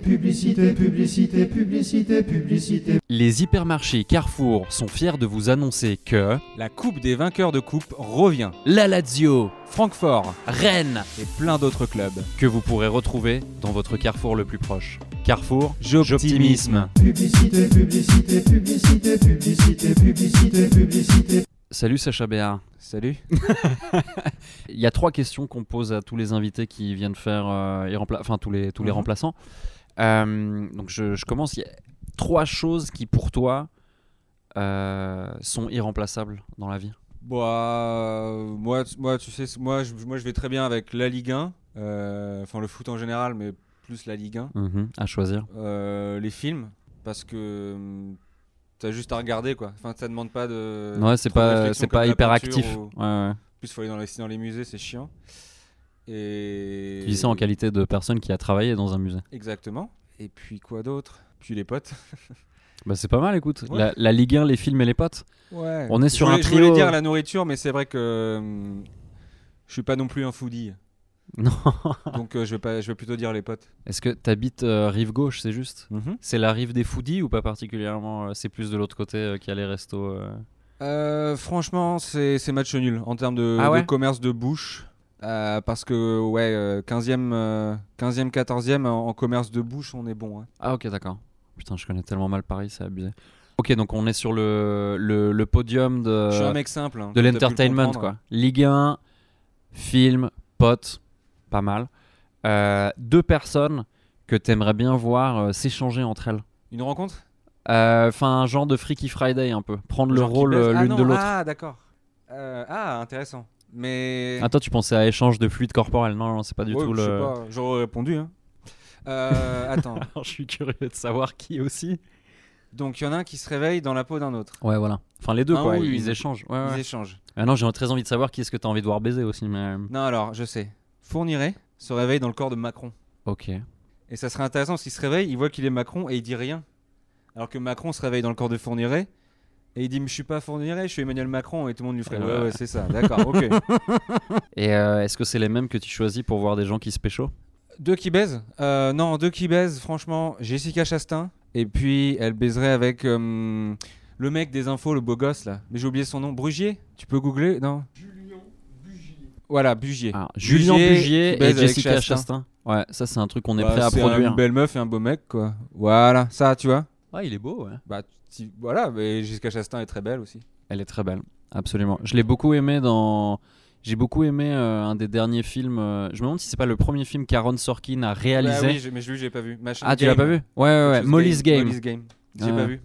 [SPEAKER 1] Publicité, publicité, publicité, publicité.
[SPEAKER 3] Les hypermarchés Carrefour sont fiers de vous annoncer que
[SPEAKER 4] La Coupe des vainqueurs de Coupe revient.
[SPEAKER 3] la Lazio,
[SPEAKER 4] Francfort
[SPEAKER 3] Rennes,
[SPEAKER 4] et plein d'autres clubs.
[SPEAKER 3] que vous pourrez retrouver dans votre Carrefour le plus proche. Carrefour,
[SPEAKER 4] J'optimisme.
[SPEAKER 1] Publicité, publicité, publicité, publicité, publicité, publicité.
[SPEAKER 3] Salut Sacha Béard.
[SPEAKER 4] Salut.
[SPEAKER 3] Il y a trois questions qu'on pose à tous les invités qui viennent faire, euh, et rempla- enfin tous les, tous les
[SPEAKER 4] Mhm.
[SPEAKER 3] remplaçants. Euh, donc je, je commence. Il y a trois choses qui pour toi euh, sont irremplaçables dans la vie.
[SPEAKER 4] Bah, euh, moi, tu- moi, tu sais, c'est- moi je, moi, je vais très bien avec la Ligue 1, euh, enfin le foot en général, mais plus la Ligue 1.
[SPEAKER 3] À choisir.
[SPEAKER 4] Euh, les films, parce que hum, t'as juste à regarder quoi. Enfin, ça demande pas de.
[SPEAKER 3] Euh, ouais, c'est
[SPEAKER 4] trop de
[SPEAKER 3] pas,
[SPEAKER 4] réflexion
[SPEAKER 3] c'est
[SPEAKER 4] comme
[SPEAKER 3] pas
[SPEAKER 4] la
[SPEAKER 3] hyper
[SPEAKER 4] peinture
[SPEAKER 3] actif.
[SPEAKER 4] ou-
[SPEAKER 3] Ouais, ouais.
[SPEAKER 4] En plus, faut aller dans les, dans les musées, c'est chiant. Et.
[SPEAKER 3] Tu dis ça en qualité de personne qui a travaillé dans un musée.
[SPEAKER 4] Exactement. Et puis quoi d'autre Puis les potes.
[SPEAKER 3] Bah c'est pas mal, écoute.
[SPEAKER 4] Ouais.
[SPEAKER 3] La, la Ligue 1, les films et les potes.
[SPEAKER 4] Ouais.
[SPEAKER 3] On est sur
[SPEAKER 4] je voulais,
[SPEAKER 3] un
[SPEAKER 4] je
[SPEAKER 3] trio.
[SPEAKER 4] voulais dire la nourriture, mais c'est vrai que hum, je suis pas non plus un foodie.
[SPEAKER 3] Non.
[SPEAKER 4] donc euh, je, vais pas, je vais plutôt dire les potes.
[SPEAKER 3] Est-ce que t'habites euh, rive gauche, c'est juste C'est la rive des foodies ou pas particulièrement euh, C'est plus de l'autre côté euh, qu'il y a les restos. euh.
[SPEAKER 4] Euh, franchement, c'est c'est match nul en termes de,
[SPEAKER 3] Ah
[SPEAKER 4] de
[SPEAKER 3] ouais
[SPEAKER 4] commerce de bouche. Euh, parce que, ouais, euh, 15e, euh, 15e 14e en, en commerce de bouche, on est bon. hein.
[SPEAKER 3] Ah ok, d'accord. Putain, je connais tellement mal Paris, c'est abusé. Ok, donc on est sur le, le, le podium de,
[SPEAKER 4] je suis un mec simple. hein,
[SPEAKER 3] Euh, de
[SPEAKER 4] comme t'as pu le
[SPEAKER 3] l'entertainment,
[SPEAKER 4] comprendre.
[SPEAKER 3] quoi. Ligue 1, film, potes, pas mal. Euh, deux personnes que t'aimerais bien voir euh, s'échanger entre elles.
[SPEAKER 4] Une rencontre
[SPEAKER 3] Euh, Enfin, un genre de Freaky Friday un peu. Prendre le
[SPEAKER 4] Genre qui
[SPEAKER 3] rôle
[SPEAKER 4] baise
[SPEAKER 3] euh,
[SPEAKER 4] Ah
[SPEAKER 3] l'une
[SPEAKER 4] non,
[SPEAKER 3] de l'autre.
[SPEAKER 4] Ah, d'accord. Euh, ah, intéressant. Mais.
[SPEAKER 3] Ah, toi, tu pensais à échange de fluide corporel. Non, non, c'est pas du
[SPEAKER 4] Ouais,
[SPEAKER 3] tout
[SPEAKER 4] je
[SPEAKER 3] le.
[SPEAKER 4] sais pas, j'aurais répondu. hein. Euh, attends.
[SPEAKER 3] Alors, je suis curieux de savoir qui aussi.
[SPEAKER 4] Donc, il y en a un qui se réveille dans la peau d'un autre.
[SPEAKER 3] Ouais, voilà. Enfin, les deux,
[SPEAKER 4] Un
[SPEAKER 3] quoi.
[SPEAKER 4] ou
[SPEAKER 3] ils
[SPEAKER 4] une.
[SPEAKER 3] échangent. Ouais,
[SPEAKER 4] Ah Ils
[SPEAKER 3] ouais.
[SPEAKER 4] échangent.
[SPEAKER 3] Ah non, j'ai très envie de savoir qui est-ce que t'as envie de voir baiser aussi. Mais... euh,
[SPEAKER 4] Non, alors, je sais. Fourniret se réveille dans le corps de Macron.
[SPEAKER 3] Ok.
[SPEAKER 4] Et ça serait intéressant s'il se réveille, il voit qu'il est Macron et il dit rien. Alors que Macron se réveille dans le corps de Fourniret et il dit Je suis pas Fourniret, je suis Emmanuel Macron. Et tout le monde lui ferait
[SPEAKER 3] Euh.
[SPEAKER 4] Ouais, ouais, c'est ça, d'accord, ok.
[SPEAKER 3] Et euh, est-ce que c'est les mêmes que tu choisis pour voir des gens qui se pécho
[SPEAKER 4] deux qui baisent Euh, Non, deux qui baisent, franchement, Jessica Chastain. Et puis elle baiserait avec euh, le mec des infos, le beau gosse là. Mais j'ai oublié son nom. Brugier Tu peux googler Non Julien Bugier. Voilà, Bugier.
[SPEAKER 3] Alors, Ah, Julien
[SPEAKER 4] Bugier qui
[SPEAKER 3] Bugier et
[SPEAKER 4] baise avec
[SPEAKER 3] Jessica Chastain.
[SPEAKER 4] Chastain.
[SPEAKER 3] Ouais, ça, c'est un truc qu'on est
[SPEAKER 4] Bah,
[SPEAKER 3] prêt à
[SPEAKER 4] c'est
[SPEAKER 3] produire.
[SPEAKER 4] Une belle meuf et un beau mec quoi. Voilà, ça tu vois.
[SPEAKER 3] Ouais, il est beau, ouais.
[SPEAKER 4] Bah, tu- voilà, mais Jessica Chastain est très belle aussi.
[SPEAKER 3] Elle est très belle, absolument. Je l'ai beaucoup aimé dans. J'ai beaucoup aimé euh, un des derniers films. euh, Je me demande si c'est pas le premier film qu'Aaron Sorkin a réalisé.
[SPEAKER 4] Ouais, Bah oui, j'ai- mais je- lui, j'ai pas vu. Machin
[SPEAKER 3] ah, tu
[SPEAKER 4] Game.
[SPEAKER 3] l'as pas vu Ouais, ouais, ouais.
[SPEAKER 4] Quelque chose
[SPEAKER 3] Molly's Game. Ah.
[SPEAKER 4] Molly's Game. J'ai
[SPEAKER 3] Ouais.
[SPEAKER 4] pas vu.
[SPEAKER 3] Ouais,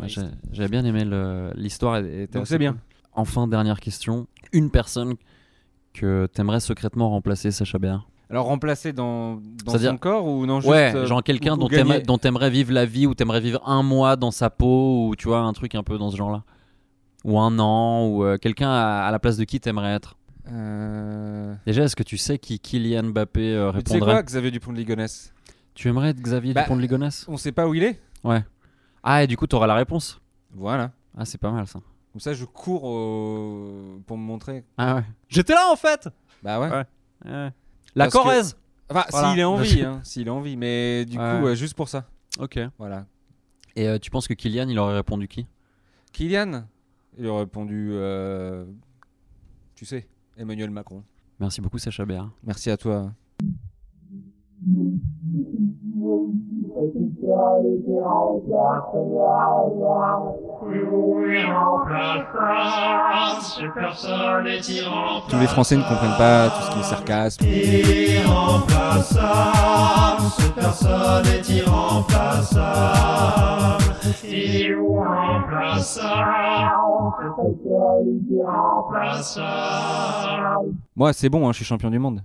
[SPEAKER 3] Ah, j'ai- J'avais bien aimé le- l'histoire. elle- elle était
[SPEAKER 4] Donc
[SPEAKER 3] assez
[SPEAKER 4] c'est bien.
[SPEAKER 3] cool. Enfin, dernière question. Une personne que t'aimerais secrètement remplacer, Sacha Béat
[SPEAKER 4] Alors remplacer dans, dans
[SPEAKER 3] C'est-à-dire-
[SPEAKER 4] son corps ou non juste,
[SPEAKER 3] Ouais,
[SPEAKER 4] euh,
[SPEAKER 3] genre quelqu'un
[SPEAKER 4] ou- ou
[SPEAKER 3] dont t'aimerais-
[SPEAKER 4] gagner
[SPEAKER 3] dont t'aimerais vivre la vie, ou t'aimerais vivre un mois dans sa peau, ou tu vois, un truc un peu dans ce genre-là. Ou un an, ou euh, quelqu'un à, à la place de qui t'aimerais être.
[SPEAKER 4] Euh,
[SPEAKER 3] Déjà, est-ce que tu sais qui Kylian Mbappé euh,
[SPEAKER 4] mais Tu sais
[SPEAKER 3] répondrait
[SPEAKER 4] quoi, Xavier Dupont de Ligonnès
[SPEAKER 3] Tu aimerais être Xavier
[SPEAKER 4] Bah,
[SPEAKER 3] Dupont de Ligonnès
[SPEAKER 4] On sait pas où il est
[SPEAKER 3] Ouais. Ah, et du coup, t'auras la réponse.
[SPEAKER 4] Voilà.
[SPEAKER 3] Ah, c'est pas mal ça.
[SPEAKER 4] Comme ça, je cours au- pour me montrer.
[SPEAKER 3] Ah ouais. J'étais là en fait
[SPEAKER 4] Bah ouais.
[SPEAKER 3] Ouais. La
[SPEAKER 4] Parce que-
[SPEAKER 3] Corrèze
[SPEAKER 4] Enfin,
[SPEAKER 3] Voilà.
[SPEAKER 4] s'il a envie, hein, s'il a envie. Mais du
[SPEAKER 3] Ouais.
[SPEAKER 4] coup, euh, juste pour ça.
[SPEAKER 3] Ok.
[SPEAKER 4] Voilà.
[SPEAKER 3] Et euh, tu penses que Kylian, il aurait répondu qui
[SPEAKER 4] Kylian, il a répondu, euh, tu sais, Emmanuel Macron.
[SPEAKER 3] Merci beaucoup, Sacha Béat.
[SPEAKER 4] Merci à toi. Tous les Français ne comprennent pas tout ce qui est sarcasme. Moi, c'est bon, hein, je suis champion du monde.